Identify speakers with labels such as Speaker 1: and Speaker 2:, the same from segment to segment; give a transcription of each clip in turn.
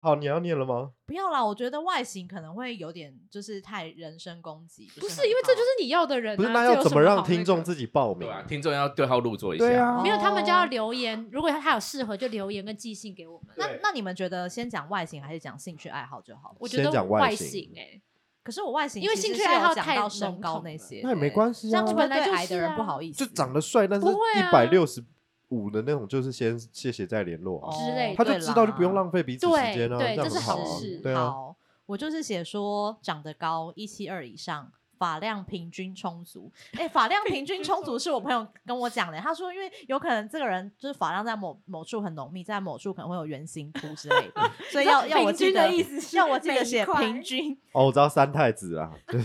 Speaker 1: 好，你要念了吗？
Speaker 2: 不要啦，我觉得外形可能会有点就是太人身攻击，
Speaker 3: 不
Speaker 2: 是
Speaker 3: 是
Speaker 2: 很
Speaker 3: 因为这
Speaker 2: 好
Speaker 3: 就是你要的人、啊，
Speaker 1: 不是，那
Speaker 3: 这有
Speaker 1: 要怎
Speaker 3: 什
Speaker 1: 么
Speaker 3: 好
Speaker 1: 让
Speaker 3: 那
Speaker 1: 听众
Speaker 3: 个
Speaker 1: 自己报名
Speaker 4: 对？啊，听众要对号入座一下。
Speaker 1: 对啊，
Speaker 3: 没有，他们就要
Speaker 2: 哦
Speaker 3: 留言。如果他有适合，就留言跟寄信给我们。
Speaker 2: 那
Speaker 4: 对
Speaker 2: 那你们觉得先讲外形还是讲兴趣爱好就好？
Speaker 3: 我觉
Speaker 1: 先
Speaker 3: 得
Speaker 1: 讲外
Speaker 3: 外
Speaker 1: 形
Speaker 3: 形哎、
Speaker 2: 可是我外形
Speaker 3: 因为
Speaker 2: 其实
Speaker 3: 兴趣
Speaker 2: 是
Speaker 3: 爱
Speaker 2: 有
Speaker 3: 好
Speaker 2: 讲
Speaker 3: 太
Speaker 2: 到
Speaker 3: 笼
Speaker 2: 身高
Speaker 3: 统
Speaker 2: 那
Speaker 3: 了
Speaker 2: 些，
Speaker 1: 那也没
Speaker 2: 系，
Speaker 1: 关系
Speaker 2: 这
Speaker 1: 啊
Speaker 2: 样，会不
Speaker 3: 本
Speaker 2: 会
Speaker 3: 来
Speaker 2: 对
Speaker 3: 就
Speaker 2: 矮的
Speaker 3: 是
Speaker 2: 人不
Speaker 3: 啊
Speaker 2: 好意思？
Speaker 1: 就长得帅，但是
Speaker 3: 不会
Speaker 1: 一
Speaker 3: 啊
Speaker 1: 百六十五的那种，就是先谢谢再联络啊，
Speaker 2: 哦
Speaker 3: 之类的
Speaker 1: 他就知道就不用
Speaker 2: 对啦
Speaker 1: 浪费彼此时间啊，
Speaker 3: 哎对对
Speaker 1: 样
Speaker 3: 这是
Speaker 1: 很好啊
Speaker 3: 好事，
Speaker 1: 对啊，
Speaker 2: 好，我就是写说长得高一七二以上。发量平均充足，哎、发量平均充足是我朋友跟我讲的。他说，因为有可能这个人就是发量在某某处很浓密，在某处可能会有圆形凸之类的，所以要要我
Speaker 3: 平
Speaker 2: 记
Speaker 3: 均
Speaker 2: 得
Speaker 3: 的意思是
Speaker 2: 要我记
Speaker 3: 每
Speaker 2: 得
Speaker 3: 一
Speaker 2: 写
Speaker 3: 块
Speaker 2: 平均，
Speaker 1: 哦，我知道三太子啊，对，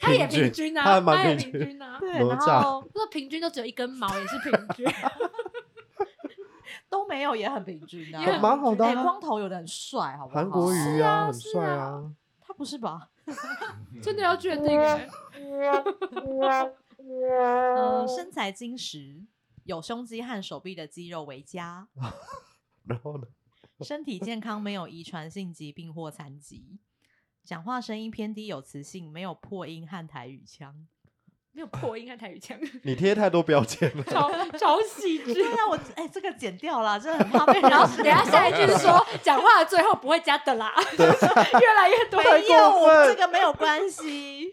Speaker 3: 他也
Speaker 1: 平均
Speaker 3: 平均啊，
Speaker 1: 他还蛮
Speaker 3: 也
Speaker 1: 平
Speaker 3: 平
Speaker 1: 均
Speaker 3: 均啊。
Speaker 2: 对，
Speaker 1: 哪
Speaker 2: 然
Speaker 1: 吒
Speaker 2: 后
Speaker 3: 不过平均都只有一根毛，也是平均。
Speaker 2: 都没有也很平均啊，
Speaker 3: 也很
Speaker 1: 蛮好的
Speaker 2: 哎、
Speaker 1: 啊
Speaker 2: 光头有的很帅，好不好？
Speaker 1: 韩国
Speaker 2: 是
Speaker 1: 瑜啊，很
Speaker 3: 是
Speaker 1: 帅
Speaker 3: 啊
Speaker 1: 啊，
Speaker 2: 他不是吧？
Speaker 3: 真的要确定哎、
Speaker 2: 呃，身材精实，有胸肌和手臂的肌肉为佳，
Speaker 1: 然后呢，
Speaker 2: 身体健康，没有遗传性疾病或残疾，讲话声音偏低，有磁性，没有破音和台语腔。
Speaker 3: 没有破音和啊台语腔，
Speaker 1: 你贴太多标签了，
Speaker 3: 超超细 致。
Speaker 2: 对啊，我哎、这个剪掉了，真的很怕被人
Speaker 3: 然
Speaker 2: 家
Speaker 3: 后等一下下一句是说，讲话的最后不会加的啦， 越来越多。
Speaker 2: 没有，
Speaker 1: 过
Speaker 2: 我
Speaker 1: 分
Speaker 2: 这个没有关系。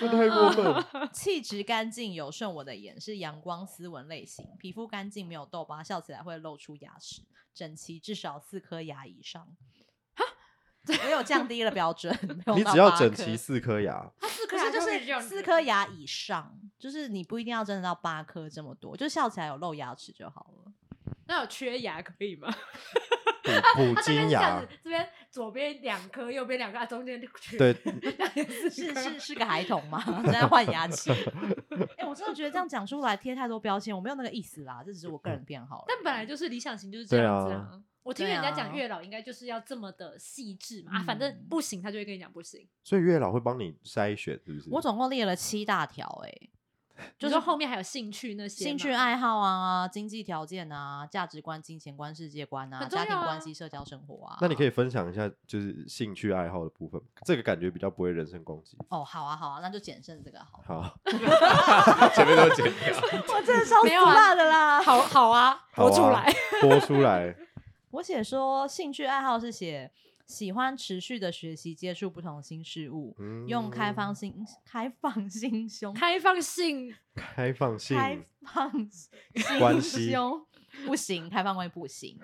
Speaker 1: 这太过
Speaker 3: 嗯
Speaker 1: 分 了。
Speaker 2: 气质干净，有顺我的眼，是阳光斯文类型，皮肤干净，没有痘疤，笑起来会露出牙齿，整齐，至少四颗牙以上。没有降低了标准，没有
Speaker 1: 你
Speaker 2: 到
Speaker 1: 只要
Speaker 2: 八
Speaker 1: 整
Speaker 2: 颗
Speaker 1: 齐四颗 牙，
Speaker 3: 他四
Speaker 2: 可是啊就是四颗，牙以上，就是你不一定要真的到八颗这么多，就笑起来有露牙齿就好了。
Speaker 3: 那有缺牙可以吗？
Speaker 1: 补补
Speaker 3: 他
Speaker 1: 金
Speaker 3: 这边是这样
Speaker 1: 牙
Speaker 3: 子，，这边左边两颗，右边两颗，啊，中间就缺，
Speaker 1: 对，
Speaker 2: 是是是个孩童吗？ 在换牙 齿？哎、我真的觉得这样讲出来贴太多标签，我没有那个意思啦，这只是我个人偏好。
Speaker 3: 但本来就是理想型就是这样子啊。我听
Speaker 2: 嗯对
Speaker 3: 人家
Speaker 2: 啊
Speaker 3: 讲月老应该就是要这么的细致嘛，啊，反正
Speaker 2: 嗯
Speaker 3: 不行他就会跟你讲不行。
Speaker 1: 所以月老会帮你筛选，是不是？
Speaker 2: 我总共列了七大条、欸，就
Speaker 3: 就
Speaker 2: 是
Speaker 3: 是后面还有兴趣那些嘛，
Speaker 2: 兴趣爱好啊、经济条件啊、价值观、金钱观、世界观啊、
Speaker 3: 很重
Speaker 2: 家
Speaker 3: 要
Speaker 2: 庭
Speaker 3: 啊
Speaker 2: 关系、社交生活啊。
Speaker 1: 那你可以分享一下，就是兴趣爱好的部分，这个感觉比较不会人身攻击。
Speaker 2: 哦，好啊，好啊，那就简胜这个好了。
Speaker 1: 好，
Speaker 4: 前面都剪 掉。
Speaker 2: 我真的超
Speaker 3: 没有啊
Speaker 2: 的啦！
Speaker 3: 好好啊，
Speaker 1: 好
Speaker 3: 播
Speaker 1: 啊
Speaker 3: 出来。
Speaker 1: 播出 来，
Speaker 2: 我写说兴趣爱好是写喜欢持续的学习、接触不同新事物，
Speaker 1: 嗯
Speaker 2: 用开放心、开放心胸、
Speaker 3: 开放性
Speaker 1: 开放性
Speaker 2: 开放
Speaker 1: 关
Speaker 2: 心
Speaker 1: 系，
Speaker 2: 胸，不行，开放关系不行。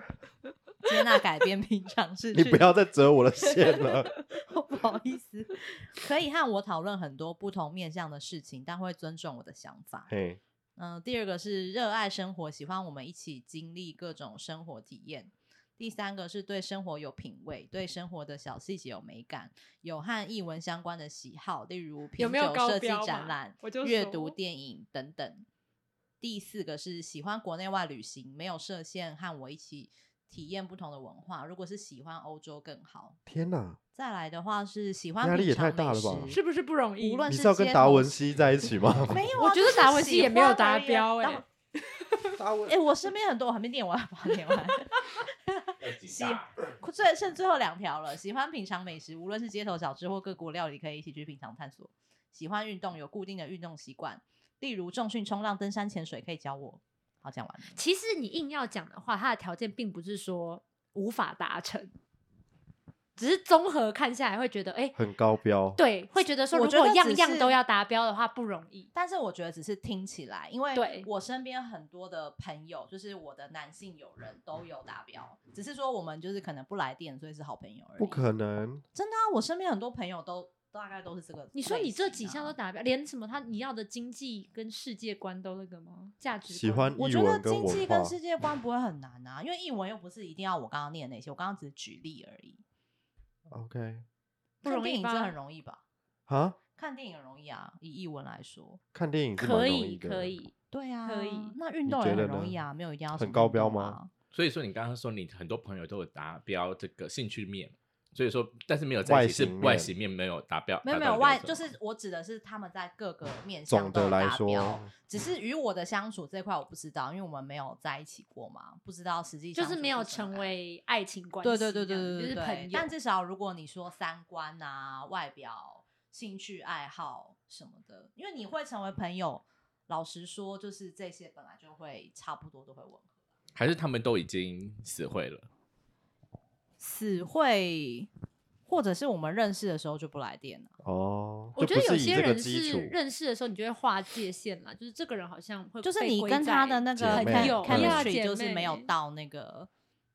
Speaker 2: 接纳改变平常是
Speaker 1: 你不要再折我的线 了。
Speaker 2: 不好意思，可以和我讨论很多不同面向的事情，但会尊重我的想法。
Speaker 1: 嘿，
Speaker 2: 嗯、第二个是热爱生活，喜欢我们一起经历各种生活体验。第三个是对生活有品味，对生活的小细节有美感，有和译文相关的喜好，例如品
Speaker 3: 有没有
Speaker 2: 酒
Speaker 3: 高
Speaker 2: 设计
Speaker 3: 标
Speaker 2: 展
Speaker 3: 嘛
Speaker 2: 览
Speaker 3: 我就、
Speaker 2: 阅
Speaker 3: 说
Speaker 2: 读、电影等等。第四个是喜欢国内外旅行，没有设限，和我一起体验不同的文化。如果是喜欢欧洲更好，
Speaker 1: 天哪，
Speaker 2: 再来的话是喜欢
Speaker 1: 压力
Speaker 2: 品
Speaker 1: 也
Speaker 2: 尝
Speaker 1: 太大
Speaker 2: 美
Speaker 1: 了吧
Speaker 2: 食
Speaker 3: 是不是不容易？
Speaker 2: 无论
Speaker 1: 你
Speaker 2: 是
Speaker 1: 是要跟
Speaker 2: 街
Speaker 1: 达
Speaker 2: 头
Speaker 1: 文西在一起吗？
Speaker 2: 哦 没有啊、
Speaker 3: 我觉得
Speaker 2: 就是
Speaker 3: 达文
Speaker 2: 喜
Speaker 3: 西也没有
Speaker 2: 欢而
Speaker 3: 达
Speaker 2: 已啊
Speaker 3: 标
Speaker 2: 达
Speaker 3: 哎
Speaker 2: 文哎、我身边很多，我还没念完，把它念完。 喜最剩最后两条了，喜欢品尝美食，无论是街头小吃或各国料理，可以一起去品尝探索。喜欢运动，有固定的运动习惯，例如重训、冲浪、登山、潜水，可以教我。好，讲完了。
Speaker 3: 其实你硬要讲的话，它的条件并不是说无法达成，只是综合看下来会觉得，哎、
Speaker 1: 很高标，
Speaker 3: 对，会觉得说
Speaker 2: 我
Speaker 3: 如
Speaker 2: 觉得
Speaker 3: 果样
Speaker 2: 只
Speaker 3: 样
Speaker 2: 是
Speaker 3: 都要达标的话不容易。
Speaker 2: 但是我觉得只是听起来，因为
Speaker 3: 对
Speaker 2: 我身边很多的朋友，就是我的男性友人都有达标，只是说我们就是可能不来电，所以是好朋友而已。
Speaker 1: 不可能，
Speaker 2: 真的啊！我身边很多朋友都大概都是这个类型啊、
Speaker 3: 你说你这几项都达标，连什么他你要的经济跟世界观都那个吗？价值观
Speaker 1: 喜欢
Speaker 2: 我
Speaker 1: 译
Speaker 2: 觉得
Speaker 1: 文跟
Speaker 2: 经济
Speaker 1: 文化
Speaker 2: 跟，世界观不会很难啊，因为译文又不是一定要我刚刚念的那些，我刚刚只是举例而已。
Speaker 1: OK
Speaker 3: 不
Speaker 2: 看
Speaker 3: 容
Speaker 2: 电
Speaker 3: 易
Speaker 2: 影真的
Speaker 3: 吧
Speaker 2: 很容易吧？
Speaker 1: 啊，
Speaker 2: 看电影很容易啊，以译文来说，
Speaker 1: 看电影是蛮
Speaker 3: 可
Speaker 1: 容
Speaker 3: 以
Speaker 1: 易的
Speaker 3: 可，以，
Speaker 2: 对啊，
Speaker 3: 可以
Speaker 2: 那运
Speaker 1: 你
Speaker 2: 动也
Speaker 1: 觉
Speaker 2: 很
Speaker 1: 得
Speaker 2: 容
Speaker 1: 呢
Speaker 2: 易啊，没有一定要
Speaker 1: 很
Speaker 2: 什么
Speaker 1: 高
Speaker 2: 运
Speaker 1: 标
Speaker 2: 动
Speaker 1: 吗
Speaker 2: 啊？
Speaker 4: 所以说，你刚刚说你很多朋友都有达标这个兴趣面，所以说，但是没有在一
Speaker 1: 外
Speaker 4: 起是
Speaker 1: 形面
Speaker 4: 外形面没有达标，
Speaker 2: 没有
Speaker 4: 达
Speaker 2: 没
Speaker 4: 到
Speaker 2: 有
Speaker 4: 标
Speaker 2: 外，
Speaker 4: 准
Speaker 2: 就是我指的是他们在各个面
Speaker 1: 总
Speaker 2: 向都
Speaker 1: 的
Speaker 2: 有
Speaker 1: 来
Speaker 2: 达
Speaker 1: 说
Speaker 2: 标，，只是与我的相处这块我不知道，因为我们没有在一起过嘛，不知道实际
Speaker 3: 就
Speaker 2: 相
Speaker 3: 是
Speaker 2: 处
Speaker 3: 没有
Speaker 2: 什么
Speaker 3: 成
Speaker 2: 感
Speaker 3: 为爱情关系
Speaker 2: 对
Speaker 3: 这
Speaker 2: 对
Speaker 3: 样，
Speaker 2: 对对对对
Speaker 3: 就是
Speaker 2: 对
Speaker 3: 朋友。
Speaker 2: 但至少如果你说三观啊、外表、兴趣爱好什么的，因为你会成为朋友，老实说，就是这些本来就会差不多都会吻合。
Speaker 4: 还是他们都已经死会了。
Speaker 2: 死会，或者是我们认识的时候就不来电了。
Speaker 1: 哦，
Speaker 3: 我
Speaker 1: 就
Speaker 3: 觉得
Speaker 1: 不
Speaker 3: 有
Speaker 1: 是以
Speaker 3: 些
Speaker 1: 这个
Speaker 3: 人
Speaker 1: 基础
Speaker 3: 是认识的时候，你就会划界限啦，就是这个人好像会
Speaker 2: 就是
Speaker 3: 被
Speaker 2: 你
Speaker 3: 归
Speaker 2: 跟他
Speaker 3: 在
Speaker 2: 的那
Speaker 1: 姐
Speaker 2: 个
Speaker 1: 妹
Speaker 2: 看
Speaker 1: 有
Speaker 2: 看
Speaker 1: 对
Speaker 3: 啊
Speaker 2: e
Speaker 3: 姐
Speaker 2: 就是没有
Speaker 3: 妹
Speaker 2: 到那个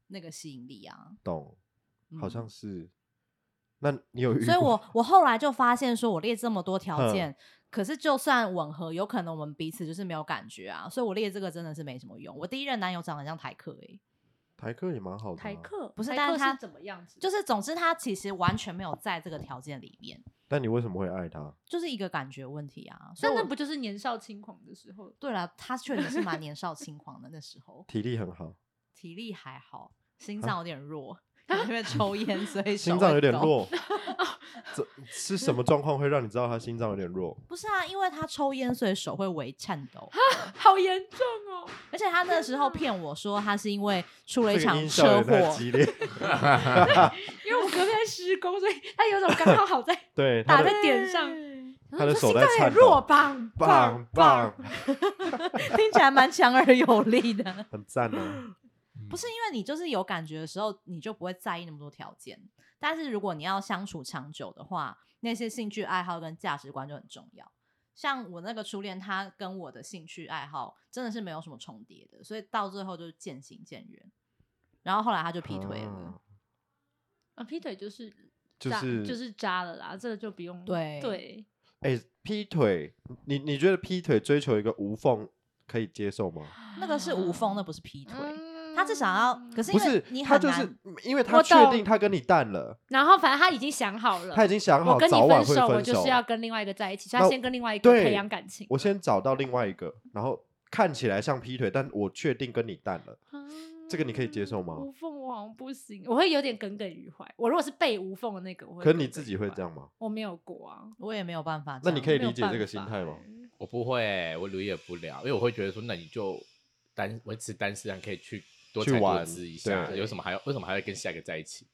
Speaker 2: 那个吸引力啊，
Speaker 1: 懂，好
Speaker 2: 嗯
Speaker 1: 像是。那你有遇过？
Speaker 2: 所以我我后来就发现，说我列这么多条件，可是就算吻合，有可能我们彼此就是没有感觉啊。所以我列这个真的是没什么用。我第一任男友长得像台客欸诶、
Speaker 1: 台客也蛮好的、啊，
Speaker 3: 台，客，
Speaker 2: 不是
Speaker 3: 台
Speaker 2: 但
Speaker 3: 客
Speaker 2: 是他
Speaker 3: 怎么样子？
Speaker 2: 就是总之他其实完全没有在这个条件里面，
Speaker 1: 但你为什么会爱他？
Speaker 2: 就是一个感觉问题啊。所
Speaker 3: 那
Speaker 2: 以
Speaker 3: 那
Speaker 2: 我
Speaker 3: 不就是年少轻狂的时候？
Speaker 2: 对了，他确实是蛮年少轻狂的，那时候
Speaker 1: 体力很好，
Speaker 2: 体力还好，心脏有点弱，因为抽烟所以手
Speaker 1: 心脏
Speaker 2: 会
Speaker 1: 有点
Speaker 2: 抖。
Speaker 1: 弱，这是什么状况会让你知道他心脏有点弱？
Speaker 2: 不是啊，因为他抽烟，所以手会微颤 抖。
Speaker 3: 好严重哦！
Speaker 2: 而且他那时候骗我说，他是因为出了一
Speaker 1: 这个
Speaker 2: 场
Speaker 1: 音效
Speaker 2: 车
Speaker 1: 有点太
Speaker 2: 祸，
Speaker 1: 激烈，
Speaker 3: 因为我隔壁在施工，所以他有种刚好好在
Speaker 1: 对，他
Speaker 3: 打
Speaker 1: 的
Speaker 3: 在点上，
Speaker 1: 他的手
Speaker 3: 心
Speaker 1: 在
Speaker 3: 脏
Speaker 1: 颤
Speaker 3: 很
Speaker 1: 抖
Speaker 3: 弱，棒
Speaker 1: 棒棒，，
Speaker 2: 听起来蛮强而有力的。
Speaker 1: 很赞啊！
Speaker 2: 不是因为你就是有感觉的时候，你就不会在意那么多条件。但是如果你要相处长久的话，那些兴趣爱好跟价值观就很重要。像我那个初恋，他跟我的兴趣爱好真的是没有什么重叠的，所以到最后就是渐行渐远。然后后来他就劈腿了，
Speaker 1: 啊
Speaker 3: 啊，劈腿就是
Speaker 1: 就
Speaker 3: 渣
Speaker 1: 是
Speaker 3: 就是渣了啦，这个就不用
Speaker 2: 对
Speaker 3: 对，
Speaker 1: 哎、劈腿，你你觉得劈腿追求一个无缝可以接受吗？
Speaker 2: 那个是无缝，那不是劈腿，
Speaker 3: 嗯
Speaker 2: 他至少要，可是
Speaker 1: 不
Speaker 2: 因为
Speaker 1: 是，
Speaker 2: 你
Speaker 1: 他
Speaker 2: 很
Speaker 1: 就
Speaker 2: 难，
Speaker 1: 是因为他
Speaker 3: 我
Speaker 1: 确
Speaker 3: 懂
Speaker 1: 定他跟你淡了，
Speaker 3: 然后反正他已经想好了，
Speaker 1: 他已经想好
Speaker 3: 我跟你
Speaker 1: 早晚
Speaker 3: 分
Speaker 1: 会
Speaker 3: 手，我
Speaker 1: 分
Speaker 3: 就
Speaker 1: 手
Speaker 3: 是。要跟另外一个在一起，所以他
Speaker 1: 那
Speaker 3: 先跟另外一个
Speaker 1: 对
Speaker 3: 培养感情。
Speaker 1: 我先找到另外一个，然后看起来像劈腿，但我确定跟你淡了。这个你可以接受吗
Speaker 3: 啊无缝我好像不行，我会有点耿耿于怀。我如果是被无缝的那个，我会
Speaker 1: 可是
Speaker 3: 耿
Speaker 1: 你
Speaker 3: 耿
Speaker 1: 自
Speaker 3: 于
Speaker 1: 己会
Speaker 3: 怀
Speaker 1: 这？样吗？
Speaker 3: 我没有过啊，
Speaker 2: 我也没有办法
Speaker 1: 那
Speaker 2: 这样。
Speaker 1: 你可以
Speaker 3: 没有
Speaker 1: 理解这
Speaker 3: 办
Speaker 1: 个心
Speaker 3: 法
Speaker 1: 态吗
Speaker 3: 欸？
Speaker 4: 我不会，我理解不了，因为我会觉得说，那你就单维持单身，可以去多
Speaker 1: 去
Speaker 4: 才多
Speaker 1: 玩
Speaker 4: 姿一下，
Speaker 1: 对
Speaker 4: 有什么还要为什么还要跟下一个在一起？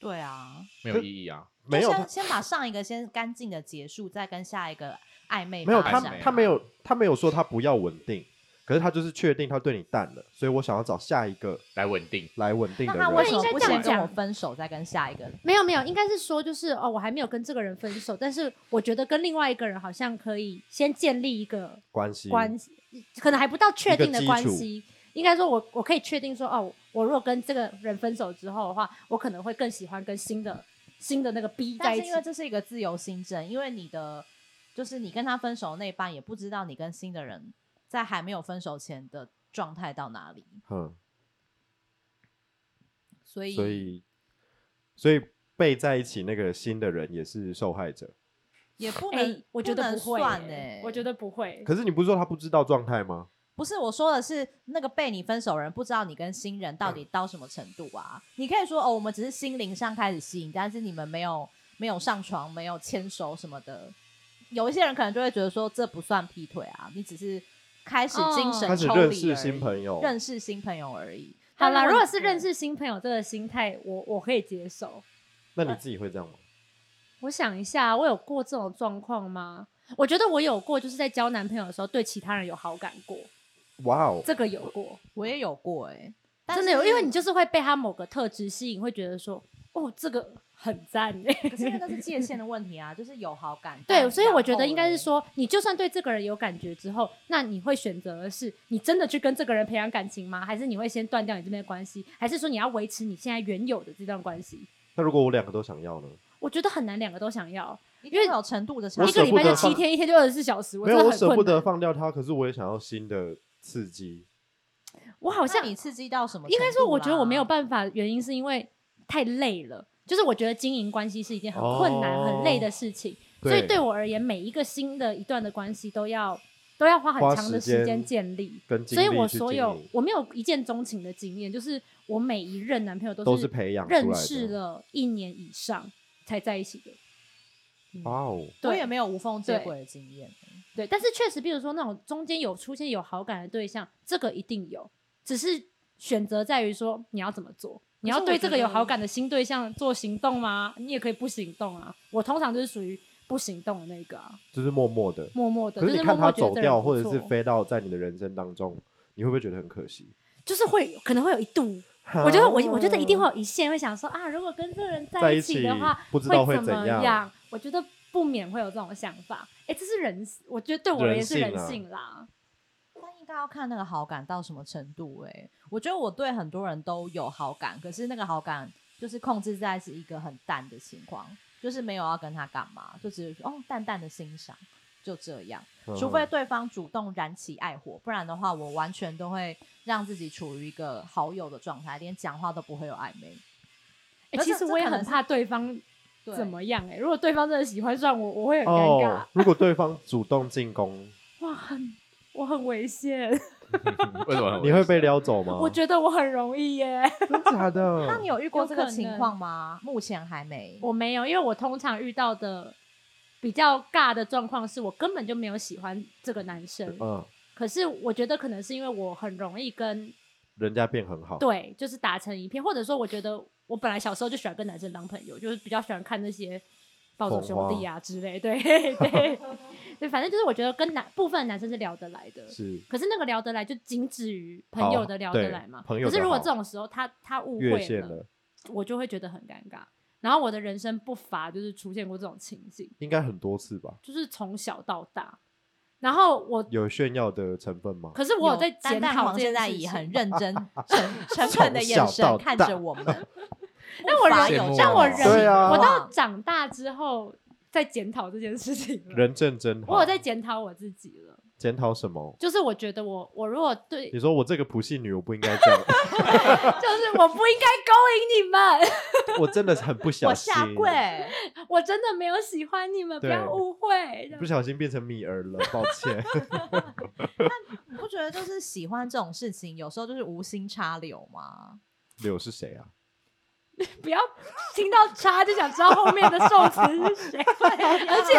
Speaker 2: 对啊，
Speaker 4: 没有意义啊！
Speaker 1: 没有，
Speaker 2: 先
Speaker 1: 他
Speaker 2: 先把上一个先干净的结束，再跟下一个暧昧发展。
Speaker 1: 没有，
Speaker 4: 发
Speaker 1: 他
Speaker 4: 展
Speaker 1: 他没有，他没有说他不要稳定，可是他就是确定他对你淡了，所以我想要找下一个
Speaker 4: 来稳 定，
Speaker 1: 来稳定
Speaker 2: 那
Speaker 1: 的
Speaker 2: 他
Speaker 1: 人。
Speaker 2: 为什么
Speaker 3: 应该
Speaker 2: 不
Speaker 3: 这
Speaker 2: 先
Speaker 3: 样
Speaker 2: 跟
Speaker 3: 讲
Speaker 2: 我分手，再跟下一个？
Speaker 3: 没有没有，应该是说就是哦，我还没有跟这个人分手，但是我觉得跟另外一个人好像可以先建立一个
Speaker 1: 关系？
Speaker 3: 关系，可能还不到确定
Speaker 1: 一个
Speaker 3: 的
Speaker 1: 基
Speaker 3: 关
Speaker 1: 础
Speaker 3: 系。应该说我，我可以确定说，哦，我如果跟这个人分手之后的话，我可能会更喜欢跟新的新的那个 B 在
Speaker 2: 但
Speaker 3: 一
Speaker 2: 是
Speaker 3: 起
Speaker 2: 因。为这是一个自由新政，因为你的就是你跟他分手那一半也不知道你跟新的人在还没有分手前的状态到哪里，
Speaker 1: 嗯，
Speaker 2: 所以
Speaker 1: 所以所以被在一起那个新的人也是受害者。
Speaker 2: 也不
Speaker 3: 哎、
Speaker 2: 能、
Speaker 3: 我觉得
Speaker 2: 不
Speaker 3: 不
Speaker 2: 能
Speaker 3: 会、
Speaker 2: 算
Speaker 3: 欸
Speaker 2: 欸
Speaker 3: 我觉得不会。
Speaker 1: 可是你不是说他不知道状态吗？
Speaker 2: 不是我说的是那个被你分手的人不知道你跟新人
Speaker 3: 嗯
Speaker 2: 到底到什么程度啊？你可以说哦，我们只是心灵上开始吸引，但是你们没有没有上床，没有牵手什么的。有一些人可能就会觉得说这不算劈腿啊，你只是开始精
Speaker 3: 哦
Speaker 2: 神
Speaker 1: 开始
Speaker 2: 抽离
Speaker 1: 认识
Speaker 2: 而
Speaker 1: 新
Speaker 2: 已
Speaker 1: 朋友，
Speaker 2: 认识新朋友而已。
Speaker 3: 好啦，
Speaker 2: 但
Speaker 3: 如果是
Speaker 2: 你
Speaker 3: 认识新朋友这个心态，我我可以接受。
Speaker 1: 那你自己会这样吗？
Speaker 3: 我想一下，我有过这种状况吗？我觉得我有过，就是在交男朋友的时候对其他人有好感过，
Speaker 1: 哇哦，
Speaker 3: 这个有过，
Speaker 2: 我也有过哎、但
Speaker 3: 真的有，
Speaker 2: 是
Speaker 3: 因为你就是会被他某个特质吸引，会觉得说，哦，这个很赞哎、
Speaker 2: 可是因为那是界限的问题啊，就是有好感。
Speaker 3: 对，
Speaker 1: 嗯
Speaker 2: 但
Speaker 3: 所以我
Speaker 2: 然
Speaker 3: 觉
Speaker 2: 后
Speaker 3: 得应该是
Speaker 2: 嘞
Speaker 3: 说，你就算对这个人有感觉之后，那你会选择的是，你真的去跟这个人培养感情吗？还是你会先断掉你这边的关系？还是说你要维持你现在原有的这段关系？
Speaker 1: 那如果我两个都想要呢？
Speaker 3: 我觉得很难，两个都想要，
Speaker 2: 一
Speaker 3: 因为
Speaker 2: 定有程度的差
Speaker 1: 我
Speaker 3: 一
Speaker 2: 距
Speaker 3: 个
Speaker 1: 舍
Speaker 3: 礼
Speaker 1: 不
Speaker 3: 拜
Speaker 1: 得
Speaker 3: 就七
Speaker 1: 放
Speaker 3: 天，一天就二十四小时，我
Speaker 1: 没
Speaker 3: 真
Speaker 1: 有，
Speaker 3: 的
Speaker 1: 我
Speaker 3: 很
Speaker 1: 舍
Speaker 3: 困
Speaker 1: 不得
Speaker 3: 难。
Speaker 1: 放掉他，可是我也想要新的刺激。
Speaker 3: 我好
Speaker 2: 好
Speaker 3: 像
Speaker 2: 像你刺激到什么程度
Speaker 3: 应
Speaker 2: 啦？
Speaker 3: 该说，我觉得我没有办法，原因是因为太累了。就是我觉得经营关系是一件很困难、
Speaker 1: 哦
Speaker 3: 很累的事情，所以对我而言，每一个新的一段的关系都要都要花很
Speaker 1: 花
Speaker 3: 长的
Speaker 1: 时间
Speaker 3: 时间建立。
Speaker 1: 跟
Speaker 3: 所以
Speaker 1: 精力
Speaker 3: 我
Speaker 1: 去
Speaker 3: 所
Speaker 1: 经
Speaker 3: 有
Speaker 1: 营
Speaker 3: 我没有一见钟情的经验，就是我每一任男朋友都
Speaker 1: 都是培养出来的
Speaker 3: 认识了一年以上才在一起的。嗯
Speaker 1: 哇哦，
Speaker 3: 对
Speaker 2: 我也没有无缝接
Speaker 3: 对
Speaker 2: 轨的经验。
Speaker 3: 对，但是确实，比如说那种中间有出现有好感的对象，这个一定有，只是选择在于说你要怎么做。你要
Speaker 2: 我
Speaker 3: 对这个
Speaker 2: 觉
Speaker 3: 有
Speaker 2: 得
Speaker 3: 好感的新对象做行动吗？你也可以不行动啊。我通常就是属于不行动的那个啊，
Speaker 1: 就是默默的。
Speaker 3: 默默的。
Speaker 1: 可是
Speaker 3: 就
Speaker 1: 你
Speaker 3: 是
Speaker 1: 看
Speaker 3: 默
Speaker 1: 他
Speaker 3: 默觉得
Speaker 1: 走
Speaker 3: 这
Speaker 1: 掉，
Speaker 3: 人不
Speaker 1: 或者是
Speaker 3: 错，
Speaker 1: 飞到在你的人生当中，你会不会觉得很可惜？
Speaker 3: 就是会可能会有一度，我觉得
Speaker 1: 哦
Speaker 3: 我我觉得一定会有一线会想说啊，如果跟这个人
Speaker 1: 在
Speaker 3: 一
Speaker 1: 一
Speaker 3: 起
Speaker 1: 起
Speaker 3: 的话，
Speaker 1: 不知道
Speaker 3: 会
Speaker 1: 会
Speaker 3: 怎么
Speaker 1: 怎样
Speaker 3: 我觉得不免会有这种想法。哎，这是人，我觉得对我而
Speaker 1: 人
Speaker 3: 言是
Speaker 1: 性
Speaker 3: 人
Speaker 1: 啊
Speaker 3: 性啦。
Speaker 2: 但应该要看那个好感到什么程度哎、我觉得我对很多人都有好感，可是那个好感就是控制在是一个很淡的情况，就是没有要跟他干嘛，就只是说哦淡淡的欣赏，就这样。
Speaker 1: 嗯
Speaker 2: 除非对方主动燃起爱火，不然的话，我完全都会让自己处于一个好友的状态，连讲话都不会有暧昧。
Speaker 3: 哎，
Speaker 2: 可
Speaker 3: 其
Speaker 2: 是
Speaker 3: 实
Speaker 2: 这
Speaker 3: 我也
Speaker 2: 可
Speaker 3: 很
Speaker 2: 能是
Speaker 3: 怕对方
Speaker 2: 对，
Speaker 3: 怎么样、欸？如果对方真的喜欢上我，我会很尴尬，
Speaker 1: 哦，如果对方主动进攻，
Speaker 3: 哇，很我很危险，
Speaker 4: 为什么
Speaker 1: 你会被撩走吗？
Speaker 3: 我觉得我很容易耶、
Speaker 1: 得真假的。
Speaker 2: 那你有遇过
Speaker 3: 有
Speaker 2: 这个
Speaker 3: 可
Speaker 2: 情
Speaker 3: 能
Speaker 2: 况吗？目前还没。
Speaker 3: 我没有，因为我通常遇到的比较尬的状况是我根本就没有喜欢这个男生，
Speaker 1: 嗯，
Speaker 3: 可是我觉得可能是因为我很容易跟
Speaker 1: 人家变很好，
Speaker 3: 对，就是打成一片，或者说我觉得我本来小时候就喜欢跟男生当朋友，就是比较喜欢看那些暴走兄弟啊之类，对对对，反正就是我觉得跟男部分男生是聊得来的，
Speaker 1: 是
Speaker 3: 可是那个聊得来就仅止于朋友的聊得来嘛
Speaker 1: 好。对朋友的
Speaker 3: 可是如果
Speaker 1: 好
Speaker 3: 这种时候他他误
Speaker 1: 越
Speaker 3: 会
Speaker 1: 线
Speaker 3: 了，
Speaker 1: 了，
Speaker 3: 我就会觉得很尴尬。然后我的人生不乏就是出现过这种情境，
Speaker 1: 应该很多次吧？
Speaker 3: 就是从小到大。然后我，
Speaker 1: 有炫耀的成分吗？
Speaker 3: 可 是我有
Speaker 2: 有
Speaker 3: 在
Speaker 2: 蛋
Speaker 3: 检
Speaker 2: 蛋
Speaker 3: 讨
Speaker 2: 黄
Speaker 3: 这件
Speaker 2: 现在
Speaker 3: 事
Speaker 2: 以
Speaker 3: 情
Speaker 2: 很认真、诚诚恳的
Speaker 1: 从
Speaker 2: 眼
Speaker 1: 小到
Speaker 2: 神看
Speaker 1: 大
Speaker 2: 着我们。
Speaker 3: 但我
Speaker 2: 乏
Speaker 3: 人
Speaker 2: 有
Speaker 4: 羡慕
Speaker 2: 这
Speaker 3: 但
Speaker 2: 样
Speaker 3: 我
Speaker 2: 的
Speaker 3: 人，
Speaker 2: 情
Speaker 1: 对啊
Speaker 3: 我到
Speaker 2: 况
Speaker 3: 长大之后再检讨这件事情了。
Speaker 1: 人正真好。
Speaker 3: 我有在检讨我自己了，
Speaker 1: 检讨什么？
Speaker 3: 就是我觉得我我如果对，
Speaker 1: 你说我这个普信女，我不应该这样，
Speaker 3: 就是我不应该勾引你们，
Speaker 1: 我真的很不小
Speaker 2: 我
Speaker 1: 心，
Speaker 2: 下跪，
Speaker 3: 我真的没有喜欢你们，不
Speaker 1: 对
Speaker 3: 要误会。
Speaker 1: 不小心变成米儿了，抱歉。
Speaker 2: 你不觉得就是喜欢这种事情，有时候就是无心插柳吗？
Speaker 1: 柳是谁 啊？
Speaker 3: 不要听到叉就想知道后面的受词是谁， 而且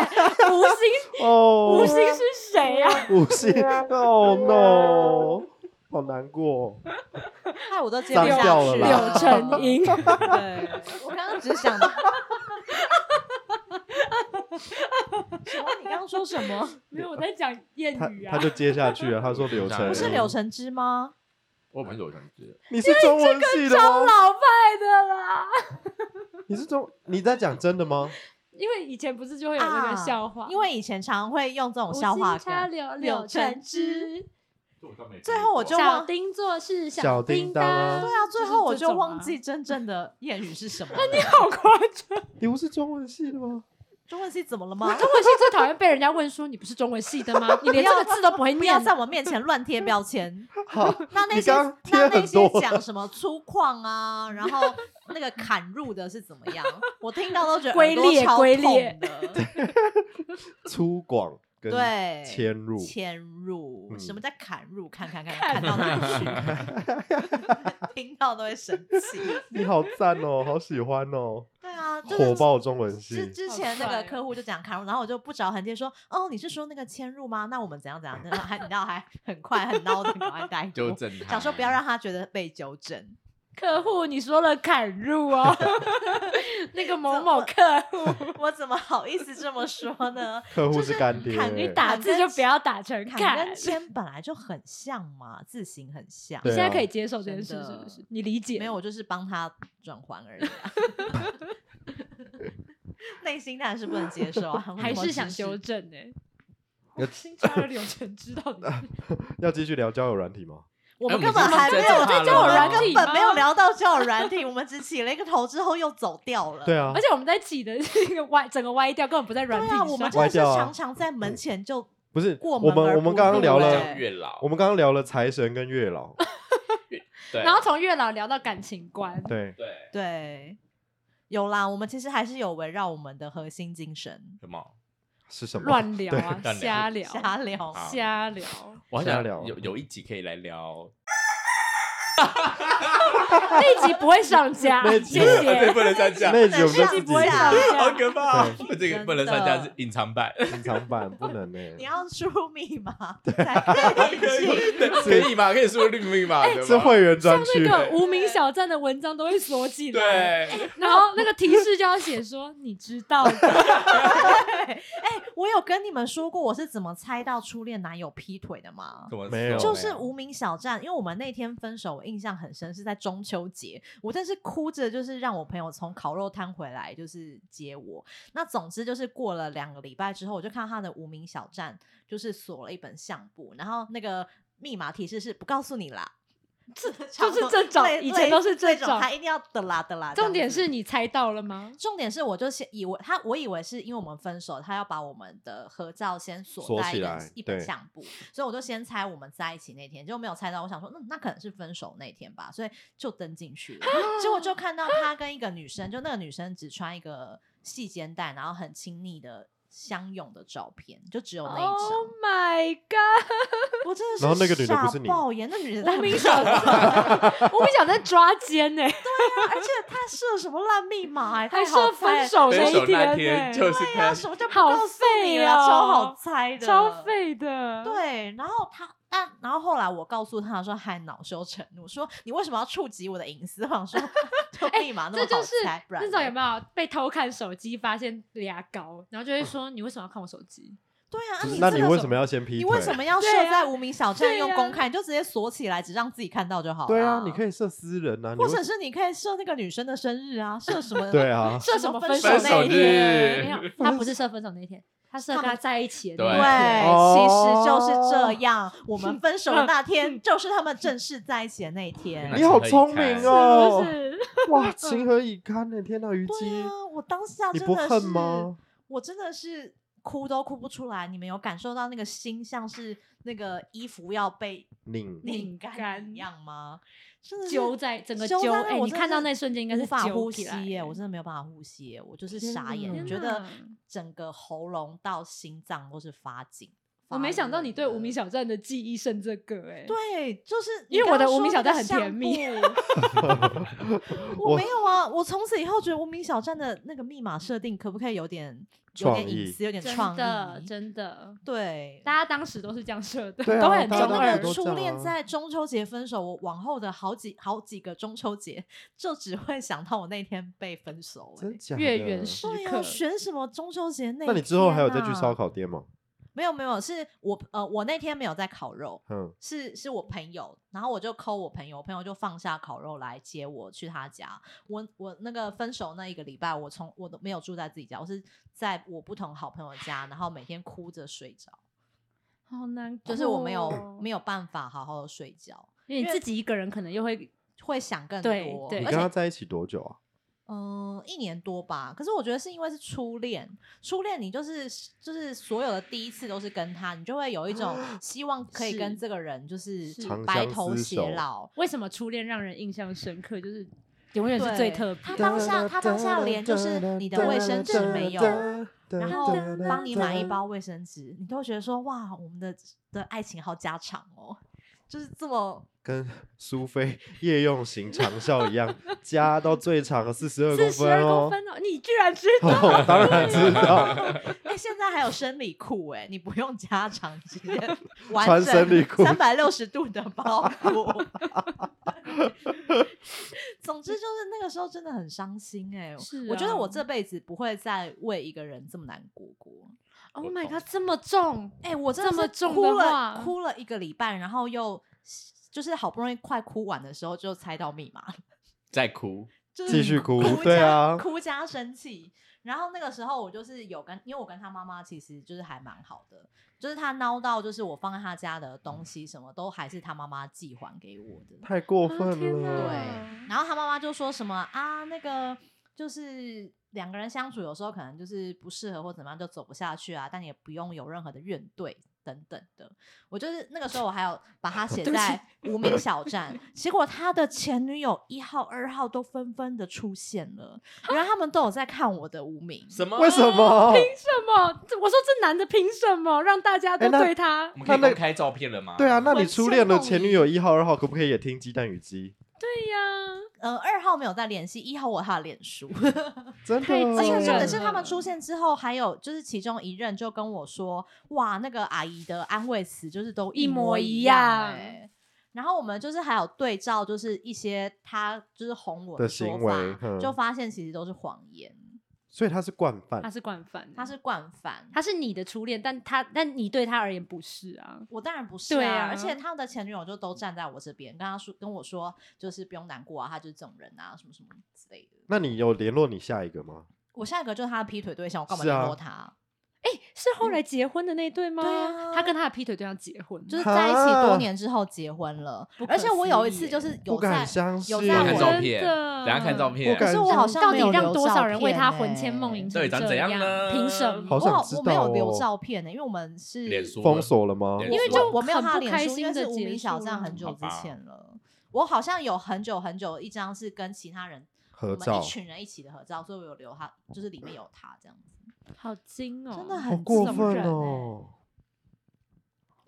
Speaker 3: 吴昕
Speaker 1: 哦，
Speaker 3: 吴昕是谁 呀、啊？
Speaker 1: 五星，Oh
Speaker 2: 啊
Speaker 1: no，好难过。哦
Speaker 2: 害我都接不
Speaker 1: 脏
Speaker 2: 下
Speaker 1: 掉了
Speaker 2: 去
Speaker 1: 啦
Speaker 3: 柳成荫，
Speaker 2: 对，我刚刚只想到。什么？你刚刚说什么？
Speaker 3: 没有我在讲谚
Speaker 1: 他
Speaker 3: 语
Speaker 1: 他
Speaker 3: 啊。
Speaker 1: 就接下去了，他说柳橙，
Speaker 2: 不是柳
Speaker 4: 柳，
Speaker 2: 橙汁吗？
Speaker 4: 我不是我想知，
Speaker 1: 你是中文系的
Speaker 3: 超
Speaker 1: 吗？
Speaker 3: 老派的啦，
Speaker 1: 你是中，你在讲真的吗？
Speaker 3: 因为以前不是就会有那个笑话，
Speaker 2: 因为以前常会用这种笑话
Speaker 3: 无心插
Speaker 2: 梗。
Speaker 3: 柳
Speaker 2: 柳
Speaker 3: 柳
Speaker 2: 橙
Speaker 3: 橙
Speaker 2: 汁
Speaker 3: 汁，
Speaker 2: 最后我就
Speaker 3: 小
Speaker 2: 忘，
Speaker 3: 丁做事
Speaker 1: 小
Speaker 3: 叮
Speaker 1: 叮当啊
Speaker 2: 对啊，最后我就忘记， 真正的谚语是什么了。那你
Speaker 3: 好夸张。
Speaker 1: 你不是中文系的吗？
Speaker 2: 中文系怎么了吗？
Speaker 3: 中文系最讨厌被人家问说你不是中文系的吗？你连这个字都不 会
Speaker 2: 不
Speaker 3: 念
Speaker 2: 要，在我面前乱贴标 签。
Speaker 1: 好，
Speaker 2: 那那
Speaker 1: 你
Speaker 2: 些
Speaker 1: 刚刚
Speaker 2: 那
Speaker 1: 贴
Speaker 2: 那
Speaker 1: 很
Speaker 2: 些
Speaker 1: 多
Speaker 2: 讲什么粗犷啊，然后那个砍入的是怎么样？我听到都觉得耳
Speaker 3: 龟
Speaker 2: 朵
Speaker 3: 裂
Speaker 2: 超
Speaker 3: 龟
Speaker 2: 痛
Speaker 3: 裂
Speaker 2: 的。
Speaker 1: 粗犷跟
Speaker 2: 对，
Speaker 1: 迁入，
Speaker 2: 迁入，
Speaker 1: 嗯
Speaker 2: 什么叫砍入？看看看看到哪里去？ 听到都会生气。
Speaker 1: 你好赞哦，好喜欢哦，
Speaker 2: 对啊，就是
Speaker 1: 火爆中文
Speaker 2: 之
Speaker 1: 系，
Speaker 2: 之
Speaker 3: 好
Speaker 2: 前那
Speaker 3: 帅
Speaker 2: 个
Speaker 3: 哦
Speaker 2: 客户就讲砍入，然后我就不着痕迹说：“哦，你是说那个迁入吗？那我们怎样怎样？”然后还你知道还很快很孬的赶快带
Speaker 4: 纠
Speaker 2: 过，
Speaker 4: 正他，
Speaker 2: 想说不要让他觉得被纠正。
Speaker 3: 客户你说了砍入哦， 那个某某客户，
Speaker 2: 我怎么好意思这么说 呢？
Speaker 1: 客户是干爹，
Speaker 2: 砍
Speaker 3: 你打字就不要打成
Speaker 2: 砍
Speaker 3: 砍
Speaker 2: 跟。签本来就很像嘛，字形很像。
Speaker 3: 你
Speaker 1: 对啊
Speaker 3: 现在可以接受这件事
Speaker 2: 真
Speaker 3: 是
Speaker 2: 的
Speaker 3: 不是？你理解
Speaker 2: 没有，？我就是帮他转换而已、 啊。内心当然是不能接 受啊，我怎么
Speaker 3: 还是想
Speaker 2: 指使
Speaker 3: 纠正呢？
Speaker 1: 要
Speaker 3: 我新加了柳橙汁到底 是？
Speaker 1: 要继续聊交友软体吗？
Speaker 2: 我
Speaker 4: 哎
Speaker 2: 们根
Speaker 4: 我们
Speaker 2: 本
Speaker 4: 已经
Speaker 2: 还没
Speaker 4: 在
Speaker 2: 有
Speaker 4: 这
Speaker 2: 在
Speaker 4: 趴
Speaker 2: 交友
Speaker 4: 了
Speaker 2: 软
Speaker 4: 吗
Speaker 2: 根本没有
Speaker 3: 吗
Speaker 2: 聊到交友
Speaker 3: 哦
Speaker 2: 软体，我们只起了一个头之后又走掉了。
Speaker 1: 对啊
Speaker 3: 而，且我们在起的这个歪，整个歪掉，根本不在
Speaker 2: 对
Speaker 3: 软体
Speaker 2: 啊，我们真的
Speaker 3: 上。
Speaker 2: 是
Speaker 1: 歪掉啊
Speaker 2: 常常在门前就
Speaker 1: 不是，
Speaker 2: 过
Speaker 1: 我
Speaker 2: 门
Speaker 1: 们
Speaker 2: 而
Speaker 1: 我
Speaker 2: 不
Speaker 1: 们刚刚
Speaker 2: 入
Speaker 1: 聊
Speaker 4: 这
Speaker 2: 对
Speaker 1: 了
Speaker 4: 样，越老，
Speaker 1: 我们刚刚聊了财神跟月老，
Speaker 4: 对，
Speaker 3: 然后从月老聊到感情观，
Speaker 1: 对，
Speaker 4: 对
Speaker 2: 对。有啦，我们其实还是有围绕我们的核心精神
Speaker 4: 什么？
Speaker 1: 是什么？
Speaker 3: 乱聊啊，
Speaker 4: 对
Speaker 3: 瞎聊，
Speaker 2: 瞎聊。
Speaker 4: 好
Speaker 3: 瞎聊。
Speaker 4: 我很想
Speaker 1: 瞎聊
Speaker 4: 有有一集可以来聊
Speaker 3: 那一集不会上架
Speaker 1: 那一，集
Speaker 3: 谢
Speaker 4: 对，
Speaker 3: 谢。
Speaker 4: 不能上架，
Speaker 1: 那一集我们就
Speaker 2: 那
Speaker 1: 自
Speaker 2: 一集
Speaker 1: 己
Speaker 2: 不会啊上
Speaker 4: 好可怕哦！
Speaker 2: 对
Speaker 4: 这个不能上架是隐藏版，
Speaker 1: 隐藏版不能呢
Speaker 2: 你，要输密码才 可以进。
Speaker 4: 可以吗？可以输入密码的吗？
Speaker 1: 是会员专
Speaker 3: 像
Speaker 1: 区
Speaker 3: 那，个无名小站的文章都会锁起来，
Speaker 4: 对，
Speaker 3: 然后那个提示就要写说你知道的，
Speaker 2: 哎、我有跟你们说过我是怎么猜到初恋男友劈腿的吗？
Speaker 4: 怎么
Speaker 1: 没有
Speaker 2: 就是无名小站，因为我们那天分手，我印象很深，是在中秋节，我真是哭着，就是让我朋友从烤肉摊回来，就是接我。那总之就是过了两个礼拜之后，我就看到他的无名小站就是锁了一本相簿，然后那个密码提示是不告诉你啦， 这
Speaker 3: 就是这种以前都是这
Speaker 2: 这
Speaker 3: 种
Speaker 2: 他一定要的啦的啦。这样
Speaker 3: 重点
Speaker 2: 子
Speaker 3: 是你猜到了吗？
Speaker 2: 重点是，我就先以为他，我以为是因为我们分手，他要把我们的合照先
Speaker 1: 锁
Speaker 2: 锁在
Speaker 1: 起
Speaker 2: 一
Speaker 1: 来
Speaker 2: 本一本
Speaker 1: 对
Speaker 2: 相簿，所以我就先猜我们在一起那天，就没有猜到。我想说，嗯，那可能是分手那天吧，所以就登进去了。结果就看到他跟一个女生，就那个女生只穿一个细肩带，然后很亲昵的相拥的照片，就只有那一张。
Speaker 3: Oh my god！
Speaker 2: 我真的是
Speaker 1: 然后那个女的不是你
Speaker 2: 傻爆眼，那女的
Speaker 3: 无
Speaker 2: 在
Speaker 3: 名小站，无名小站抓奸欸呢，
Speaker 2: 而且她设什么烂密码、哎，
Speaker 3: 还
Speaker 2: 太好
Speaker 3: 设
Speaker 2: 猜
Speaker 3: 分
Speaker 2: 了
Speaker 3: 手
Speaker 4: 分
Speaker 3: 那
Speaker 4: 手
Speaker 3: 一
Speaker 4: 那
Speaker 3: 天
Speaker 4: 天
Speaker 3: 呢，
Speaker 4: 就是
Speaker 2: 对呀、
Speaker 4: 他
Speaker 2: 什么叫不
Speaker 3: 啊好
Speaker 2: 告诉你
Speaker 3: 废
Speaker 2: 啦超
Speaker 3: 哦
Speaker 2: 好猜的，
Speaker 3: 超废的。，
Speaker 2: 对，然后他，但然后后来我告诉他说，还恼羞成怒，说你为什么要触及我的隐私？我想说， 就密码那
Speaker 3: 哎这
Speaker 2: 么
Speaker 3: 就
Speaker 2: 好
Speaker 3: 是
Speaker 2: 猜，不然
Speaker 3: 那种
Speaker 2: 嘞
Speaker 3: 有没有被偷看手机，发现俩高，然后就会说你为什么要看我手机？
Speaker 2: 对啊，啊
Speaker 1: 不是
Speaker 2: 你
Speaker 1: 那
Speaker 2: 这
Speaker 1: 你
Speaker 2: 个
Speaker 1: 为
Speaker 2: 手
Speaker 1: 什么要先劈腿？
Speaker 2: 你为 什么要设
Speaker 3: 对啊
Speaker 2: 在无名小站
Speaker 3: 对
Speaker 2: 用
Speaker 3: 啊
Speaker 2: 公开？你就直接锁起来，只让自己看到就好了。
Speaker 1: 对啊，你可以设私人啊，你
Speaker 2: 或
Speaker 1: 为
Speaker 2: 者是你可以设那个女生的生日啊，设什 么
Speaker 1: 对啊，
Speaker 3: 设什么分手
Speaker 2: 分
Speaker 3: 那
Speaker 2: 手
Speaker 3: 一
Speaker 4: 日
Speaker 3: 天？没有， 他不是设分手那一天，他设跟他在一起的
Speaker 2: 对，
Speaker 3: 那一天。
Speaker 2: 其实
Speaker 1: 哦
Speaker 2: 就是这样。我们分手的那 天，就是他们正式在一起的那一 天。
Speaker 1: 你好聪明
Speaker 3: 是不
Speaker 1: 哦，
Speaker 3: 是？
Speaker 1: 哇，情何以堪呢？天呐，虞
Speaker 2: 嗯对
Speaker 1: 姬，
Speaker 2: 啊，我当下
Speaker 1: 你
Speaker 2: 真
Speaker 1: 不
Speaker 2: 的
Speaker 1: 恨
Speaker 2: 是，
Speaker 1: 吗？
Speaker 2: 我真的是哭都哭不出来。你们有感受到那个心像是那个衣服要被
Speaker 1: 拧
Speaker 2: 拧
Speaker 3: 干
Speaker 2: 干一样吗？真的是
Speaker 3: 揪在整个
Speaker 2: 揪
Speaker 3: 揪，
Speaker 2: 在那
Speaker 3: 哎，
Speaker 2: 我
Speaker 3: 你
Speaker 2: 真
Speaker 3: 看
Speaker 2: 的
Speaker 3: 到
Speaker 2: 是
Speaker 3: 那瞬间应该是
Speaker 2: 无法
Speaker 3: 揪
Speaker 2: 呼
Speaker 3: 起
Speaker 2: 吸
Speaker 3: 来欸
Speaker 2: 耶，我真的没有办法呼吸耶，我就是
Speaker 1: 天
Speaker 2: 傻
Speaker 1: 哪
Speaker 2: 眼，觉
Speaker 3: 天
Speaker 2: 得
Speaker 3: 哪
Speaker 2: 整个喉咙到心脏都是发紧。
Speaker 3: 我没想到你对无名
Speaker 2: 小
Speaker 3: 小站的记忆剩这个，哎，
Speaker 2: 对，就是
Speaker 3: 因
Speaker 2: 你
Speaker 3: 为我
Speaker 2: 刚刚
Speaker 3: 的无名
Speaker 2: 说
Speaker 3: 小
Speaker 2: 那
Speaker 3: 站
Speaker 2: 个
Speaker 3: 很甜
Speaker 2: 相
Speaker 3: 蜜
Speaker 2: 簿 我
Speaker 1: 我
Speaker 2: 没有啊，我从此以后觉得无名小站的那个密码设定可不可以有点有
Speaker 1: 创
Speaker 2: 点
Speaker 1: 意
Speaker 2: 隐私，有点
Speaker 3: 真
Speaker 2: 创
Speaker 3: 的
Speaker 2: 意？
Speaker 3: 真的，
Speaker 2: 对，
Speaker 3: 大家当时都是这样设的，
Speaker 1: 对啊
Speaker 3: 都会很
Speaker 1: 大
Speaker 3: 中
Speaker 1: 家当
Speaker 2: 那
Speaker 1: 时
Speaker 3: 二
Speaker 1: 都
Speaker 2: 个。
Speaker 1: 这
Speaker 2: 初
Speaker 1: 样
Speaker 2: 恋
Speaker 1: 啊
Speaker 2: 在中秋节分手，我往后的好几好几个中秋节就只会想到我那天被分手、欸。
Speaker 1: 真假的
Speaker 3: 月圆时
Speaker 2: 对呀、
Speaker 3: 刻，
Speaker 2: 选什么中秋节那、
Speaker 1: 那你之后还有再去烧？烤店吗？
Speaker 2: 没有没有，是我呃，我那天没有在烤肉，
Speaker 1: 嗯，
Speaker 2: 是是我朋友，然后我就抠我朋友，我朋友就放下烤肉来接我去他家。我我那个分手那一个礼拜，我从我都没有住在自己家，我是在我不同好朋友家，然后每天哭着睡着，
Speaker 3: 好难过哦，
Speaker 2: 就是我没有没有办法好好的睡觉，
Speaker 3: 因为你自己一个人可能又会
Speaker 2: 会想更
Speaker 3: 对
Speaker 2: 多。
Speaker 3: 对
Speaker 1: 你
Speaker 2: 而
Speaker 1: 跟
Speaker 2: 且
Speaker 1: 他在一起多久啊？
Speaker 2: 嗯，一年多吧。可是我觉得是因为是初恋，初恋你就是就是所有的第一次都是跟他，你就会有一种希望可以跟
Speaker 3: 啊是
Speaker 2: 这个人就是
Speaker 3: 是
Speaker 1: 长
Speaker 2: 白
Speaker 1: 相
Speaker 2: 头
Speaker 1: 厮
Speaker 2: 偕
Speaker 1: 守
Speaker 2: 老。
Speaker 3: 为什么初恋让人印象深刻，就是永远是最特别
Speaker 2: 他
Speaker 3: 的。
Speaker 2: 当下他当下连就是你的卫生纸没有，然
Speaker 1: 然
Speaker 2: 后帮你买一。包卫生纸，你都会觉得说哇，我们的的爱情好家常哦，就是这么
Speaker 1: 跟苏菲夜用型长效一 样，加到最长四十二
Speaker 3: 四
Speaker 1: 公
Speaker 3: 十二
Speaker 1: 分
Speaker 3: 公
Speaker 1: 哦。
Speaker 3: 分哦，你居 然知道？
Speaker 1: 哦，当然知道，
Speaker 2: 哎、现在还有生理裤哎、你不用加长，直接完
Speaker 1: 穿生理裤
Speaker 2: 三百六十度的 包裹。 总之就是那个时候真的很伤心哎、
Speaker 3: 是
Speaker 2: 我觉得
Speaker 3: 啊
Speaker 2: 我这辈子不会再为一个人这么难过过。
Speaker 3: Oh
Speaker 4: 我
Speaker 3: my
Speaker 4: 懂
Speaker 3: god，这么重！
Speaker 2: 哎、我真的
Speaker 3: 这么
Speaker 2: 是
Speaker 3: 重
Speaker 2: 哭
Speaker 3: 的
Speaker 2: 了
Speaker 3: 话
Speaker 2: 哭了一个礼拜，然后又就是好不容易快哭完的时候，就猜到密码了。
Speaker 4: 在哭，
Speaker 2: 就是
Speaker 1: 继续哭
Speaker 2: 加
Speaker 1: 对啊
Speaker 2: 哭加生气。然后那个时候我就是有跟，因为我跟他妈妈其实就是还蛮好的，就是他闹到就是我放在他家的东西什么都还是他妈妈寄还给我的，
Speaker 1: 太过
Speaker 3: 啊天
Speaker 1: 分
Speaker 3: 哪
Speaker 1: 了。
Speaker 2: 对，然后他妈妈就说什么啊，那个就是两个人相处，有时候可能就是不适合或怎么样，就走不下去啊，但也不用有任何的怨怼等等的。我就是那个时候我还有把它 写在无名小站，结果他的前女友一号、二号都纷纷的出现了，原来他们都有在看我的无名。
Speaker 4: 什么？
Speaker 1: 为什么？
Speaker 3: 凭什么？这我说这男的凭什么让大家
Speaker 1: 哎
Speaker 3: 都
Speaker 1: 那
Speaker 3: 对他？
Speaker 4: 我们可以
Speaker 1: 那那
Speaker 4: 公开照片了吗？
Speaker 1: 对啊，那
Speaker 3: 我
Speaker 1: 你初恋的
Speaker 3: 羡慕
Speaker 1: 前女
Speaker 3: 你
Speaker 1: 友一号、二号可不可以也听鸡蛋与鸡？
Speaker 3: 对呀、
Speaker 2: 呃，二号没有在联系，一号我有他的脸书。
Speaker 1: 真的
Speaker 3: 太
Speaker 1: 哦，
Speaker 2: 而且
Speaker 3: 惊
Speaker 2: 重
Speaker 3: 人
Speaker 2: 点
Speaker 3: 了
Speaker 2: 是他们出现之后，还有就是其中一任就跟我说，哇，那个阿姨的安慰词就是都
Speaker 3: 一
Speaker 2: 模
Speaker 3: 模
Speaker 2: 一
Speaker 3: 一
Speaker 2: 样、
Speaker 3: 样
Speaker 2: 欸。然后我们就是还有对照，就是一些他就是哄我
Speaker 1: 的
Speaker 2: 说
Speaker 1: 行
Speaker 2: 法
Speaker 1: 为嗯
Speaker 2: 就发现其实都是谎言，
Speaker 1: 所以他是惯犯
Speaker 3: 他，是惯犯，
Speaker 2: 他是惯犯。
Speaker 3: 他是你的初恋，但他但你对他而言不是
Speaker 1: 嗯
Speaker 3: 啊。
Speaker 2: 我当然不是
Speaker 3: 对
Speaker 2: 啊，
Speaker 3: 啊
Speaker 2: 而且他的前女友就都站在我这边，跟他说跟我说，就是不用难过啊，他就是这种人啊，什么什么之类的。
Speaker 1: 那你有联络你下一个吗？
Speaker 2: 我下一个就是他的劈腿对象，我干嘛
Speaker 1: 是啊
Speaker 2: 联络他？
Speaker 3: 哎、是后来结婚的那对吗？
Speaker 2: 对啊
Speaker 3: 他跟他的劈腿对象结婚，
Speaker 2: 就是是在一起多年之后结婚了
Speaker 3: 不，可
Speaker 2: 而且我有一
Speaker 3: 思
Speaker 2: 次
Speaker 3: 议
Speaker 2: 就是有
Speaker 1: 不
Speaker 2: 在
Speaker 1: 敢，相信，
Speaker 2: 有在我
Speaker 4: 等一下
Speaker 3: 真
Speaker 4: 看照
Speaker 3: 的
Speaker 4: 片，等一下看照片
Speaker 1: 不。敢
Speaker 2: 可是我好像
Speaker 3: 到
Speaker 2: 没
Speaker 3: 底
Speaker 2: 有
Speaker 3: 让
Speaker 2: 留
Speaker 3: 多
Speaker 2: 照
Speaker 3: 少人为
Speaker 2: 片
Speaker 3: 他
Speaker 2: 欸
Speaker 3: 魂牵梦萦
Speaker 4: 到底
Speaker 3: 成
Speaker 4: 长
Speaker 3: 这
Speaker 4: 怎样
Speaker 3: 样
Speaker 4: 呢？
Speaker 3: 凭什么？
Speaker 1: 好
Speaker 2: 我
Speaker 1: 想
Speaker 2: 好
Speaker 1: 知
Speaker 2: 我没有
Speaker 1: 道
Speaker 2: 留
Speaker 1: 哦
Speaker 2: 照片
Speaker 3: 欸
Speaker 2: 呢、因为我们是
Speaker 4: 脸书
Speaker 1: 封锁了吗？
Speaker 4: 因
Speaker 2: 因为
Speaker 4: 我
Speaker 2: 就
Speaker 4: 我
Speaker 2: 我没有
Speaker 3: 很
Speaker 2: 他的
Speaker 3: 不
Speaker 2: 脸
Speaker 3: 开
Speaker 2: 书，因为是
Speaker 3: 心地啊
Speaker 2: 无
Speaker 3: 结
Speaker 2: 名小
Speaker 3: 束
Speaker 2: 站
Speaker 3: 了
Speaker 2: 很久
Speaker 4: 好
Speaker 2: 之
Speaker 4: 吧
Speaker 2: 前了。我好像有很久很久一张是跟其他人
Speaker 1: 合
Speaker 2: 我们
Speaker 1: 照
Speaker 2: 一，群人一起的合照，所以我有留他，就是里面有他这样子，
Speaker 3: 好精哦，
Speaker 2: 真的
Speaker 1: 好
Speaker 2: 很
Speaker 1: 过
Speaker 2: 惊
Speaker 1: 分
Speaker 2: 人欸。
Speaker 1: 哦！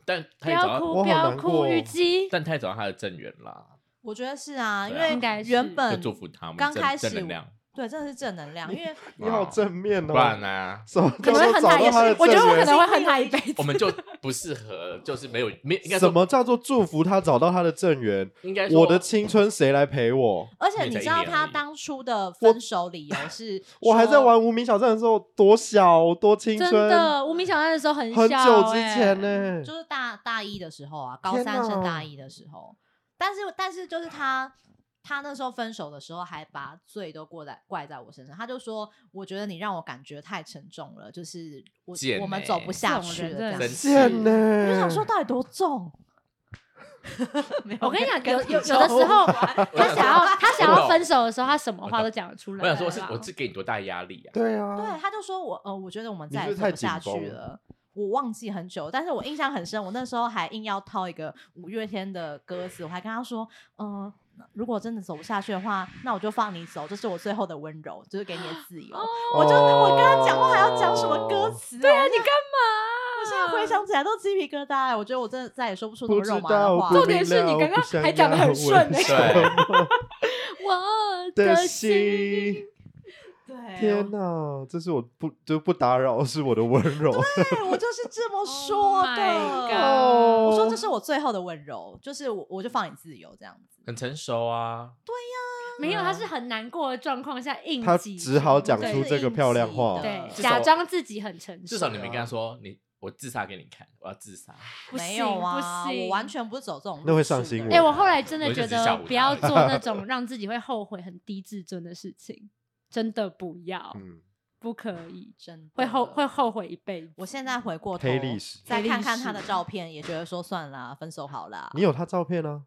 Speaker 4: 但
Speaker 3: 不
Speaker 4: 他也找
Speaker 3: 要
Speaker 4: 到，
Speaker 1: 我
Speaker 3: 哭，
Speaker 1: 好
Speaker 3: 不
Speaker 1: 难
Speaker 3: 要
Speaker 1: 过
Speaker 3: 哭，
Speaker 1: 哦
Speaker 3: 虞姬。
Speaker 4: 但他也找到他的正缘啦，
Speaker 2: 我觉得是啊，因
Speaker 4: 对啊
Speaker 2: 为
Speaker 4: 应
Speaker 3: 该是
Speaker 2: 原
Speaker 4: 就
Speaker 2: 本
Speaker 4: 祝福他们
Speaker 2: 嗯刚
Speaker 4: 正
Speaker 2: 开始
Speaker 4: 正能量，
Speaker 2: 对，真的是正能量，因为
Speaker 1: 你好正面
Speaker 4: 不然
Speaker 1: 哦，
Speaker 4: 呢？
Speaker 1: 什么
Speaker 3: 可
Speaker 1: 叫做
Speaker 3: 能会恨
Speaker 1: 找
Speaker 3: 他
Speaker 1: 到
Speaker 3: 也
Speaker 1: 他的
Speaker 3: 是，
Speaker 1: 正
Speaker 3: 我觉得我可
Speaker 1: 缘
Speaker 3: 能会恨他一辈子。
Speaker 4: 我们就不适合，就是没有没应
Speaker 1: 什
Speaker 4: 该说
Speaker 1: 么叫做祝福他找到他的正缘？
Speaker 4: 应该说
Speaker 1: 我的青春谁来陪我？
Speaker 2: 而且
Speaker 4: 也
Speaker 2: 你
Speaker 4: 才
Speaker 2: 知
Speaker 4: 一
Speaker 2: 道
Speaker 4: 年
Speaker 2: 他
Speaker 4: 而已
Speaker 2: 当初的分手理由是，
Speaker 1: 我还在。玩无名小站的时候多小多青
Speaker 3: 真
Speaker 1: 春，
Speaker 3: 的，无名小站的时候很小、
Speaker 1: 很久之前
Speaker 3: 哎
Speaker 1: 呢。
Speaker 2: 就是大大一的时候啊，高
Speaker 1: 天
Speaker 2: 三升大
Speaker 1: 哪
Speaker 2: 一的时候，但是但是就是他他那时候分手的时候，还把罪都过在怪在我身上，他就说我觉得你让我感觉太沉重了，就是我
Speaker 4: 贱
Speaker 2: 我们
Speaker 4: 欸
Speaker 2: 走不下
Speaker 3: 这种
Speaker 2: 去
Speaker 3: 人
Speaker 2: 了这
Speaker 3: 真的
Speaker 2: 样
Speaker 4: 真
Speaker 2: 子。
Speaker 1: 贱呢、
Speaker 2: 我 就想说到底多重？ 没有
Speaker 3: 我跟你讲，有有有的时
Speaker 2: 跟你
Speaker 3: 候，
Speaker 4: 我
Speaker 3: 他
Speaker 4: 想
Speaker 3: 想要
Speaker 4: 说
Speaker 3: 他想要分手的时候，他什么话都讲得出来。啊
Speaker 4: 我想说，我是我是给你多大压力啊？
Speaker 1: 对
Speaker 2: 对，
Speaker 1: 啊，
Speaker 2: 他就说我呃，我觉得我们
Speaker 1: 你
Speaker 2: 再
Speaker 1: 是不
Speaker 2: 也
Speaker 1: 是
Speaker 2: 走
Speaker 1: 太
Speaker 2: 不下
Speaker 1: 紧绷
Speaker 2: 去
Speaker 1: 了
Speaker 2: 了。我忘记很久，但是我印象很深。我那时候还硬要套一个五月天的歌词，我还跟他说：“嗯、如果真的走不下去的话，那我就放你走，这是我最后的温柔，就是给你的自
Speaker 1: 哦
Speaker 2: 由。我就我跟他讲话还要讲什么歌词、对啊，你干
Speaker 3: 嘛
Speaker 2: 我现在回想起来都鸡皮疙瘩、欸我觉得我真的再也说不出那么
Speaker 1: 不知
Speaker 2: 肉麻
Speaker 1: 道
Speaker 2: 的话。
Speaker 1: 不
Speaker 3: 重点是你
Speaker 1: 明了
Speaker 3: 刚刚
Speaker 1: 不啊想
Speaker 3: 还讲得很
Speaker 1: 要
Speaker 3: 顺
Speaker 1: 为
Speaker 3: 欸
Speaker 1: 什么
Speaker 3: 我
Speaker 1: 的
Speaker 3: 的心。
Speaker 1: 心。
Speaker 2: 对，
Speaker 1: 天哪，这是我不就不打扰，是我的温柔。
Speaker 3: 啊
Speaker 2: 对我就是这 么说
Speaker 3: Oh
Speaker 2: 的。
Speaker 3: my god
Speaker 1: 哦
Speaker 2: 我说这是我最后的温柔，就是我我就放你自由这样子。
Speaker 4: 很成熟啊，
Speaker 3: 没有，他是很难过的状况下硬
Speaker 1: 他
Speaker 3: 挤出，
Speaker 1: 只好讲
Speaker 3: 对
Speaker 1: 出这个漂亮话。
Speaker 3: 对，
Speaker 4: 至少
Speaker 3: 假装自己很诚实。
Speaker 4: 至少你没跟他说你我自杀给你看，我要 自杀。
Speaker 3: 不
Speaker 2: 没
Speaker 3: 行
Speaker 2: 有啊，
Speaker 3: 不行
Speaker 2: 我完全不是走这种路
Speaker 1: 那会
Speaker 2: 数的
Speaker 1: 上新闻
Speaker 3: 哎、我后来真的
Speaker 4: 我一直
Speaker 3: 觉
Speaker 4: 吓
Speaker 3: 得
Speaker 4: 唬他
Speaker 3: 不要做那种让自己会后悔、很低自尊的事情，真的不要，
Speaker 1: 嗯，
Speaker 3: 不可以，
Speaker 2: 真的
Speaker 3: 会后会。后悔一辈子。
Speaker 2: 我现在回过头
Speaker 1: 黑历史
Speaker 2: 再
Speaker 3: 黑
Speaker 2: 看
Speaker 3: 历
Speaker 2: 看他
Speaker 3: 史
Speaker 2: 的照片，也觉得说算啦，分手好啦。
Speaker 1: 你有他照片啊？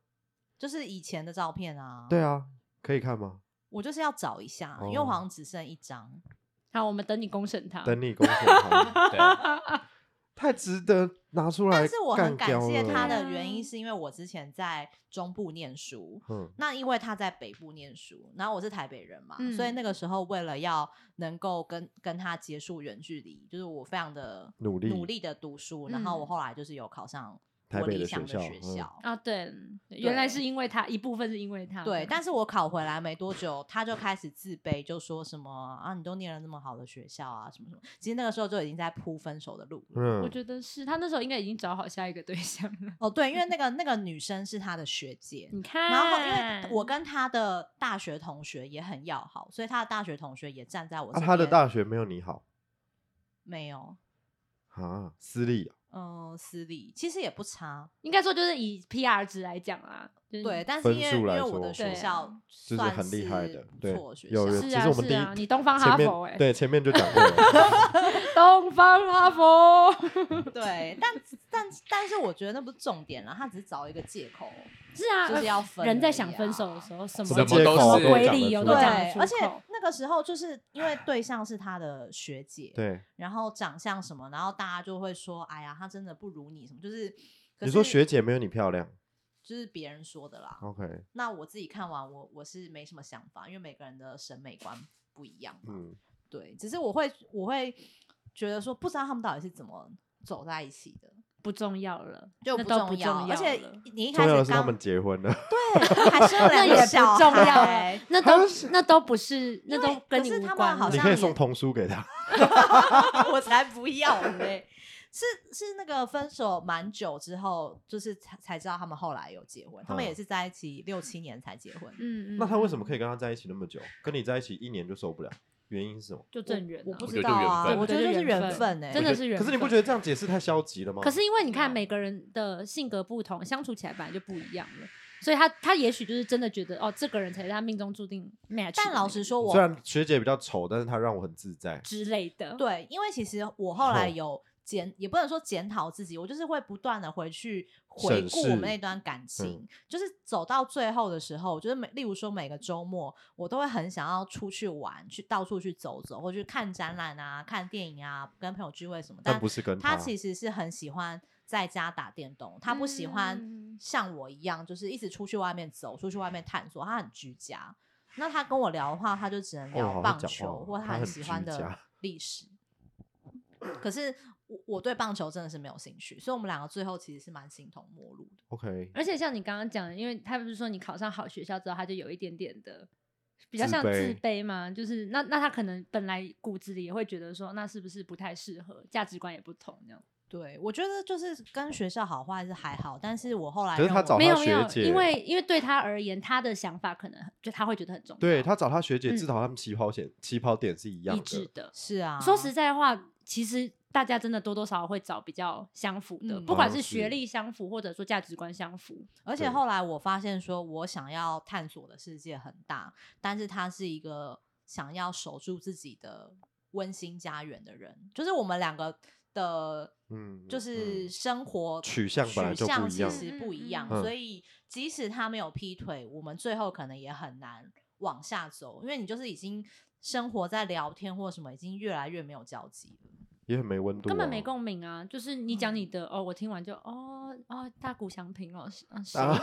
Speaker 2: 就是以前的照片啊，
Speaker 1: 对哦啊，可以看吗？
Speaker 2: 我就是要找一下，因为我好像只剩一张。
Speaker 3: 好，我们等你公审他。
Speaker 1: 等你公布 他，
Speaker 4: 对，
Speaker 1: 太值得拿出来。
Speaker 2: 但是我很感谢他
Speaker 3: 了
Speaker 2: 的原因，是因为我之前在中部念书，
Speaker 1: 嗯，
Speaker 2: 那因为他在北部念书，然后我是台北人嘛，
Speaker 3: 嗯
Speaker 2: 所以那个时候为了要能够跟跟他结束远距离，就是我非常的
Speaker 1: 努力嗯
Speaker 2: 努力的读书，然后我后来就是有考上
Speaker 1: 台
Speaker 2: 我
Speaker 1: 北
Speaker 2: 理
Speaker 1: 的
Speaker 2: 想
Speaker 1: 学校
Speaker 2: 学
Speaker 1: 嗯
Speaker 2: 校。
Speaker 3: 啊，对，原来是因为他，一部分是因为他。
Speaker 2: 对，但是我考回来没多久，他就开始自卑，就说什么啊，你都念了那么好的学校啊，什么什么。其实那个时候就已经在铺分手的路了。
Speaker 1: 嗯，
Speaker 3: 我觉得是他那时候应该已经找好下一个对象了。
Speaker 2: 哦，对，因为那个那个女生是他的学姐，
Speaker 3: 你看，
Speaker 2: 然后，因为我跟他的大学同学也很要好，所以他的大学同学也站在我
Speaker 1: 啊
Speaker 2: 这边。
Speaker 1: 他的大学没有你好
Speaker 2: 没有，
Speaker 1: 啊，私立啊
Speaker 2: 嗯、私立其实也不差，
Speaker 3: 应该说就是以 PR 值来讲啦，就是
Speaker 2: 对，但是因为
Speaker 1: 嗯分
Speaker 2: 因
Speaker 1: 数来
Speaker 2: 为
Speaker 1: 说啊
Speaker 2: 我的学
Speaker 3: 对
Speaker 2: 校
Speaker 1: 就是
Speaker 2: 算
Speaker 1: 很厉害的，
Speaker 2: 不
Speaker 1: 对
Speaker 2: 错的，学
Speaker 1: 有人
Speaker 2: 校
Speaker 3: 是
Speaker 1: 其
Speaker 3: 啊
Speaker 1: 实我们
Speaker 3: 是
Speaker 1: 第
Speaker 3: 啊
Speaker 1: 一
Speaker 3: 你东方哈
Speaker 1: 前
Speaker 3: 佛
Speaker 1: 面
Speaker 3: 欸
Speaker 1: 对前面就讲过 了，
Speaker 3: 东方哈佛
Speaker 2: 对，但但但是我觉得那不是重点啦，他只是找一个借口，
Speaker 3: 是啊，
Speaker 2: 就是要分
Speaker 3: 人在
Speaker 2: 而已
Speaker 3: 想分
Speaker 2: 啊
Speaker 3: 手的时候，什
Speaker 4: 什
Speaker 3: 么
Speaker 4: 么
Speaker 3: 借
Speaker 4: 都
Speaker 3: 口什
Speaker 4: 是
Speaker 3: 么鬼
Speaker 1: 讲得
Speaker 3: 理由
Speaker 1: 出
Speaker 3: 都
Speaker 1: 来
Speaker 3: 讲得
Speaker 2: 对，
Speaker 3: 出
Speaker 2: 而且
Speaker 3: 口。
Speaker 2: 那个时候就是因为对象是他的学姐，
Speaker 1: 对，
Speaker 2: 然后长相什么，然后大家就会说，哎呀，她真的不如你什么，就是可
Speaker 1: 你说
Speaker 2: 是
Speaker 1: 学哦姐没有你漂亮
Speaker 2: 就是别人说的啦。
Speaker 1: ，OK，
Speaker 3: 嗯
Speaker 2: 那我自己看完，我我是没什么想法，因为每个人的审美观不一样嘛。
Speaker 1: 嗯，
Speaker 2: 对，只是我会我会觉得说，不知道他们到底是怎么走在一起的，
Speaker 3: 不重要了，
Speaker 2: 就
Speaker 3: 那
Speaker 2: 不
Speaker 3: 都不
Speaker 2: 重要。
Speaker 3: 重
Speaker 2: 而且
Speaker 3: 要了
Speaker 2: 你一
Speaker 1: 重
Speaker 2: 开
Speaker 1: 要的
Speaker 2: 始
Speaker 1: 是他
Speaker 2: 刚
Speaker 1: 们结婚了，
Speaker 2: 对， 还生了
Speaker 3: 那
Speaker 2: 两
Speaker 3: 也
Speaker 2: 个
Speaker 3: 不
Speaker 2: 小
Speaker 3: 重要欸
Speaker 2: 孩
Speaker 3: 了，那都那都不是，那
Speaker 2: 因
Speaker 3: 都
Speaker 2: 为可
Speaker 3: 跟你
Speaker 2: 是
Speaker 3: 无
Speaker 2: 他们
Speaker 3: 关
Speaker 2: 好
Speaker 3: 了
Speaker 1: 你
Speaker 2: 像
Speaker 1: 可以
Speaker 2: 也
Speaker 1: 送童书给他，
Speaker 3: 嗯
Speaker 2: 我才 不要嘞！是是那个分手蛮久之后，就是才才知道他们后来有结婚，他们
Speaker 1: 嗯
Speaker 2: 也是在一起六七年才结婚。
Speaker 3: 嗯，嗯
Speaker 1: 那他为什么
Speaker 3: 以
Speaker 1: 可以跟他在一起那么久？跟你在一起一年就受不了，原因是什么？
Speaker 3: 就正缘啊？
Speaker 2: 我不
Speaker 4: 我
Speaker 2: 知
Speaker 4: 觉得
Speaker 2: 道
Speaker 4: 就
Speaker 2: 啊，
Speaker 4: 缘分
Speaker 2: 我觉得就是缘
Speaker 3: 我觉得
Speaker 2: 分哎，
Speaker 3: 真的
Speaker 1: 我觉
Speaker 3: 是
Speaker 1: 得
Speaker 3: 缘
Speaker 1: 可是你不
Speaker 3: 分
Speaker 1: 觉得这样解释太消极了吗？
Speaker 3: 可是因为
Speaker 2: 啊
Speaker 3: 你看每个人的性格不同，相处起来本来就不一样了，所以他他也许就是真的觉得哦，这个人才是他命中注定 match 的那个人。
Speaker 2: 但老实说我，
Speaker 1: 嗯虽然学姐比较丑，但是她让我很自在。
Speaker 3: 之类的，
Speaker 2: 对，因为其实我后来
Speaker 1: 哦
Speaker 2: 有检，也不能说检讨自己，我就是会不断的回去回
Speaker 1: 审
Speaker 2: 顾我们
Speaker 1: 视嗯
Speaker 2: 那段感情，就是走到最后的时候，就是每例如说每个周末，我都会很想要出去玩，去到处去走走，或去看展览啊、看电影啊、跟朋友聚会什么。
Speaker 1: 但不是跟
Speaker 2: 他
Speaker 1: 他
Speaker 2: 其实是很喜欢在家打电动，他不喜欢
Speaker 3: 嗯
Speaker 2: 像我一样，就是一直出去外面走，出去外面探索，他很居家。那他跟我聊的话，他就只能
Speaker 1: 哦好
Speaker 2: 聊
Speaker 1: 会
Speaker 2: 棒
Speaker 1: 讲话
Speaker 2: 球、
Speaker 1: 哦
Speaker 2: 或
Speaker 1: 他
Speaker 2: 很
Speaker 1: 很
Speaker 2: 喜
Speaker 1: 居
Speaker 2: 欢的
Speaker 1: 家
Speaker 2: 历史。可是我我对棒球真的是没有兴趣，所以我们两个最后其实是蛮形同陌路的。
Speaker 1: OK，
Speaker 3: 而且像你刚刚讲的，因为他不是说你考上好学校之后，他就有一点点的比较
Speaker 1: 自
Speaker 3: 像自
Speaker 1: 卑
Speaker 3: 卑嘛，就是那那他可能本来骨子里也会觉得说，那是不是不太适合，价值观也不同那样。
Speaker 2: 对，我觉得就是跟学校好坏是还好，但是我后来
Speaker 1: 可是哦
Speaker 2: 认
Speaker 1: 他
Speaker 2: 为
Speaker 1: 找
Speaker 3: 没有没
Speaker 1: 学
Speaker 3: 有，
Speaker 1: 姐
Speaker 3: 因为因为对他而言，他的想法可能就他会觉得很重要，
Speaker 1: 对他找他学姐，
Speaker 3: 嗯
Speaker 1: 至少他们起跑点起跑点是一样
Speaker 3: 一致
Speaker 1: 的。
Speaker 3: 的。
Speaker 2: 是啊，
Speaker 3: 说实在话，其实大家真的多多少少会找比较相符的，
Speaker 2: 嗯
Speaker 3: 不管
Speaker 1: 哦
Speaker 3: 是
Speaker 1: 是
Speaker 3: 学历相符，或者说价值观相符。
Speaker 2: 而且
Speaker 1: 对
Speaker 2: 后来我发现，说我想要探索的世界很大，但是他是一个想要守住自己的温馨家园的人，就是我们两个的，
Speaker 1: 嗯
Speaker 2: 就是
Speaker 1: 嗯
Speaker 2: 生活
Speaker 1: 取向本来就不
Speaker 2: 取
Speaker 1: 一
Speaker 2: 向
Speaker 1: 样
Speaker 2: 其实不一样，
Speaker 1: 嗯嗯嗯
Speaker 2: 所以即使他没有劈腿，我们最后可能也很难往下走，因为你就是已经生活在聊天或什么，已经越来越没有交集了。
Speaker 1: 也很没温度啊，嗯
Speaker 3: 根本没共鸣啊！就是你讲你的、哦，我听完就哦哦，大谷翔平哦，是嗯、是
Speaker 1: 啊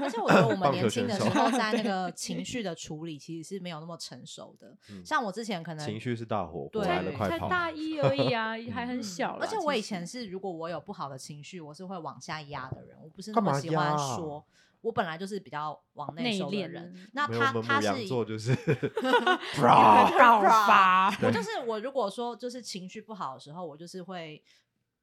Speaker 2: 而且我觉得我 们
Speaker 1: 棒
Speaker 2: 年
Speaker 1: 球
Speaker 2: 轻
Speaker 1: 选
Speaker 2: 的时
Speaker 1: 手
Speaker 2: 候， 在那个情绪的处理其实是没有那么成熟的。
Speaker 1: 嗯
Speaker 2: 像我之前可能
Speaker 1: 情绪是大火，
Speaker 2: 对
Speaker 1: 火 来
Speaker 3: 才
Speaker 1: 的
Speaker 2: 对
Speaker 1: 快
Speaker 3: 才
Speaker 1: 跑。
Speaker 3: 大一而已 啊，还很
Speaker 2: 嗯
Speaker 3: 小
Speaker 2: 而
Speaker 3: 啦。
Speaker 2: 且我
Speaker 3: 其
Speaker 2: 以
Speaker 3: 实
Speaker 2: 前是，如果我有不好的情绪，我是会往下压的人，我不是那
Speaker 1: 干
Speaker 2: 么
Speaker 1: 嘛
Speaker 2: 喜欢
Speaker 1: 压啊
Speaker 2: 说。我本来就是比较往内
Speaker 3: 内
Speaker 2: 收的
Speaker 3: 敛
Speaker 2: 人
Speaker 3: 的，
Speaker 2: 那
Speaker 1: 没有，我
Speaker 2: 他
Speaker 1: 们
Speaker 2: 他
Speaker 1: 母
Speaker 2: 是
Speaker 1: 羊
Speaker 2: 一
Speaker 1: 座就是
Speaker 2: 爆
Speaker 3: 发，
Speaker 2: 我就是我如果说就是情绪不好的时候，我就是会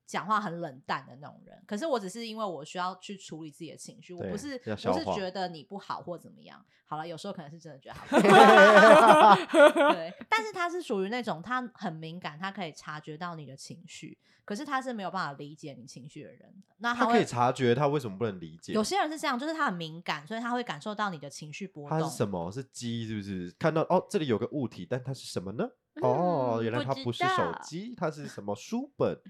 Speaker 2: 讲话很冷淡的那种人。可是我只是因为我需要去处理自己的情绪，我
Speaker 1: 对
Speaker 2: 不是
Speaker 1: 要
Speaker 2: 不
Speaker 1: 消
Speaker 2: 是
Speaker 1: 化
Speaker 2: 觉得你不好或怎么样。好了，有时候可能是真的觉得好。 对，但是他是属于那种他很敏感，他可以察觉到你的情绪，可是他是没有办法理解你情绪的人。那
Speaker 1: 他可以
Speaker 2: 会。
Speaker 1: 察觉他为什么不能理解
Speaker 2: 有。些人是这样，就是他很敏感，所以他会感受到你的情绪波
Speaker 1: 他
Speaker 2: 动。
Speaker 1: 是什么？是鸡是不是？看到哦，这里有个物体，但它是什么呢？哦，
Speaker 3: 嗯
Speaker 1: 原来
Speaker 3: 不
Speaker 1: 它
Speaker 3: 知
Speaker 1: 不是手
Speaker 3: 道
Speaker 1: 机，它是什么书本？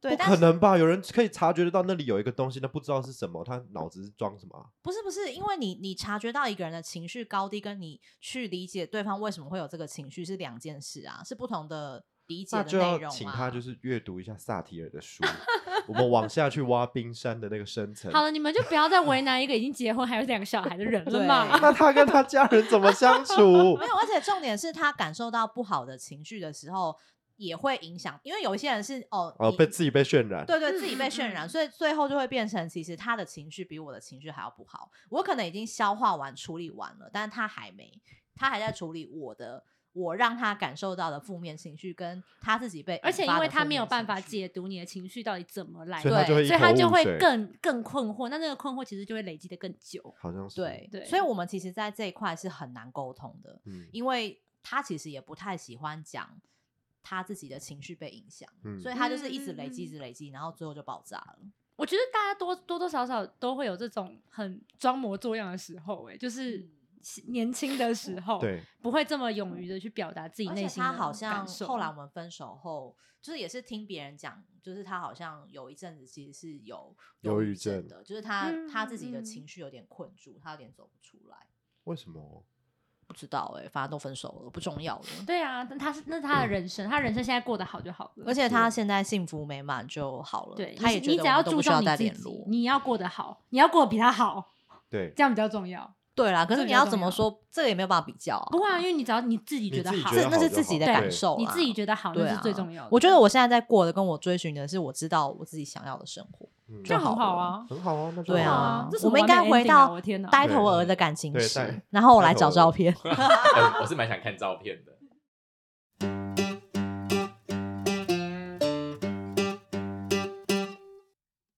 Speaker 2: 对，
Speaker 1: 不
Speaker 2: 但
Speaker 1: 可
Speaker 2: 是
Speaker 1: 能吧？有人可以察觉得到那里有一个东西，那不知道是什么，他脑子是装什么啊？
Speaker 2: 不是不是，因为你你察觉到一个人的情绪高低，跟你去理解对方为什么会有这个情绪是两件事啊，是不同的理解
Speaker 1: 那
Speaker 2: 的
Speaker 1: 就
Speaker 2: 内
Speaker 1: 要
Speaker 2: 容
Speaker 1: 请
Speaker 2: 啊。
Speaker 1: 他就是阅读一下萨提尔的 书，我们往下去挖冰山的那个深层。
Speaker 3: 好了，你们就不要再为难一个已经结婚还有两个小孩的人了
Speaker 2: 对
Speaker 3: 嘛。
Speaker 1: 那他跟他家人怎么相处
Speaker 2: 没？有，而且重点是他感受到不好的情绪的时候，也会影响，因为有一些人是哦，
Speaker 1: 哦，
Speaker 2: 你
Speaker 1: 被自己被渲染。
Speaker 2: 对对自己
Speaker 3: 嗯
Speaker 2: 被
Speaker 3: 嗯
Speaker 2: 渲染，
Speaker 3: 嗯
Speaker 2: 所以最后就会变成其实他的情绪比我的情绪还要不好，我可能已经消化完、处理完了，但是他还没，他还在处理我的。我让他感受到的负面情绪，跟他自己被，
Speaker 3: 而且因为他没有办法解读你的情绪到底怎么来
Speaker 1: 所以
Speaker 3: 的，
Speaker 1: 他就会
Speaker 3: 所以他
Speaker 1: 一头
Speaker 3: 就
Speaker 1: 雾
Speaker 3: 会
Speaker 1: 水
Speaker 3: 更更困惑。那那个困惑其实就会累积的更久。
Speaker 1: 好像是。
Speaker 2: 对，
Speaker 3: 对
Speaker 2: 所以我们其实在这一块是很难沟通的，
Speaker 1: 嗯，
Speaker 2: 因为他其实也不太喜欢讲他自己的情绪被影响，
Speaker 1: 嗯
Speaker 2: 所以他就是一直累积，
Speaker 3: 嗯嗯嗯
Speaker 2: 一直累积，然后最后就爆炸了。
Speaker 3: 我觉得大家多多多少少都会有这种很装模作样的时候、欸，哎，就是
Speaker 2: 嗯
Speaker 3: 年轻的时候，
Speaker 1: 对，
Speaker 3: 不会这么勇于的去表达自己
Speaker 2: 而
Speaker 3: 内
Speaker 2: 且
Speaker 3: 心
Speaker 2: 他
Speaker 3: 的
Speaker 2: 好像
Speaker 3: 感受
Speaker 2: 后来我们分手后，就是也是听别人讲，就是他好像有一阵子其实是有
Speaker 1: 忧
Speaker 2: 忧
Speaker 1: 郁
Speaker 2: 郁
Speaker 1: 症
Speaker 2: 的，就是他、
Speaker 3: 嗯
Speaker 2: 他自己的
Speaker 3: 嗯
Speaker 2: 情绪有点困住，他有点走不出来。
Speaker 1: 为什么？
Speaker 2: 不知道哎、反正都分手了，不重要的。
Speaker 3: 对啊，但他是那是他的人生，他人生现在过得好就好了。
Speaker 2: 而且他现在幸福美满就好了，
Speaker 3: 对，
Speaker 2: 他也
Speaker 3: 你
Speaker 2: 觉
Speaker 3: 你
Speaker 2: 得
Speaker 3: 只
Speaker 2: 我
Speaker 3: 要
Speaker 2: 们都
Speaker 3: 注
Speaker 2: 不需要
Speaker 3: 重
Speaker 2: 再
Speaker 3: 你
Speaker 2: 联
Speaker 3: 自己
Speaker 2: 络，。
Speaker 3: 你要过得好，你要过得比他好，
Speaker 1: 对，
Speaker 3: 这样比较重要。
Speaker 2: 对啦，可是
Speaker 3: 这
Speaker 2: 你
Speaker 3: 比较
Speaker 2: 要
Speaker 3: 重
Speaker 2: 怎么
Speaker 3: 要
Speaker 2: 说，这个也没有办法比较啊
Speaker 3: 不。会啊，因为你只要你自己
Speaker 1: 你
Speaker 3: 觉得
Speaker 1: 自己
Speaker 3: 好
Speaker 1: 觉，得
Speaker 2: 这那
Speaker 1: 好
Speaker 2: 是
Speaker 1: 就
Speaker 2: 自己
Speaker 1: 好
Speaker 2: 的
Speaker 3: 对
Speaker 2: 感受啦，
Speaker 3: 你自己觉得好
Speaker 2: 对
Speaker 3: 那
Speaker 2: 啊
Speaker 3: 是最重要的。
Speaker 2: 我觉得我现在在过的跟我追寻的是我知道我自己想要的生活。
Speaker 1: 嗯
Speaker 3: 这样很好啊，
Speaker 1: 很好啊，那就
Speaker 2: 对
Speaker 1: 好
Speaker 2: 啊
Speaker 3: 这，是
Speaker 2: 我们应该回
Speaker 3: 我
Speaker 2: 到
Speaker 3: 的天哪！
Speaker 2: 呆头鹅的感情
Speaker 1: 对
Speaker 2: 史
Speaker 1: 呆，
Speaker 2: 然后我来
Speaker 1: 呆头
Speaker 2: 找
Speaker 1: 鹅
Speaker 2: 照片。
Speaker 4: 哎我是蛮想看照片的。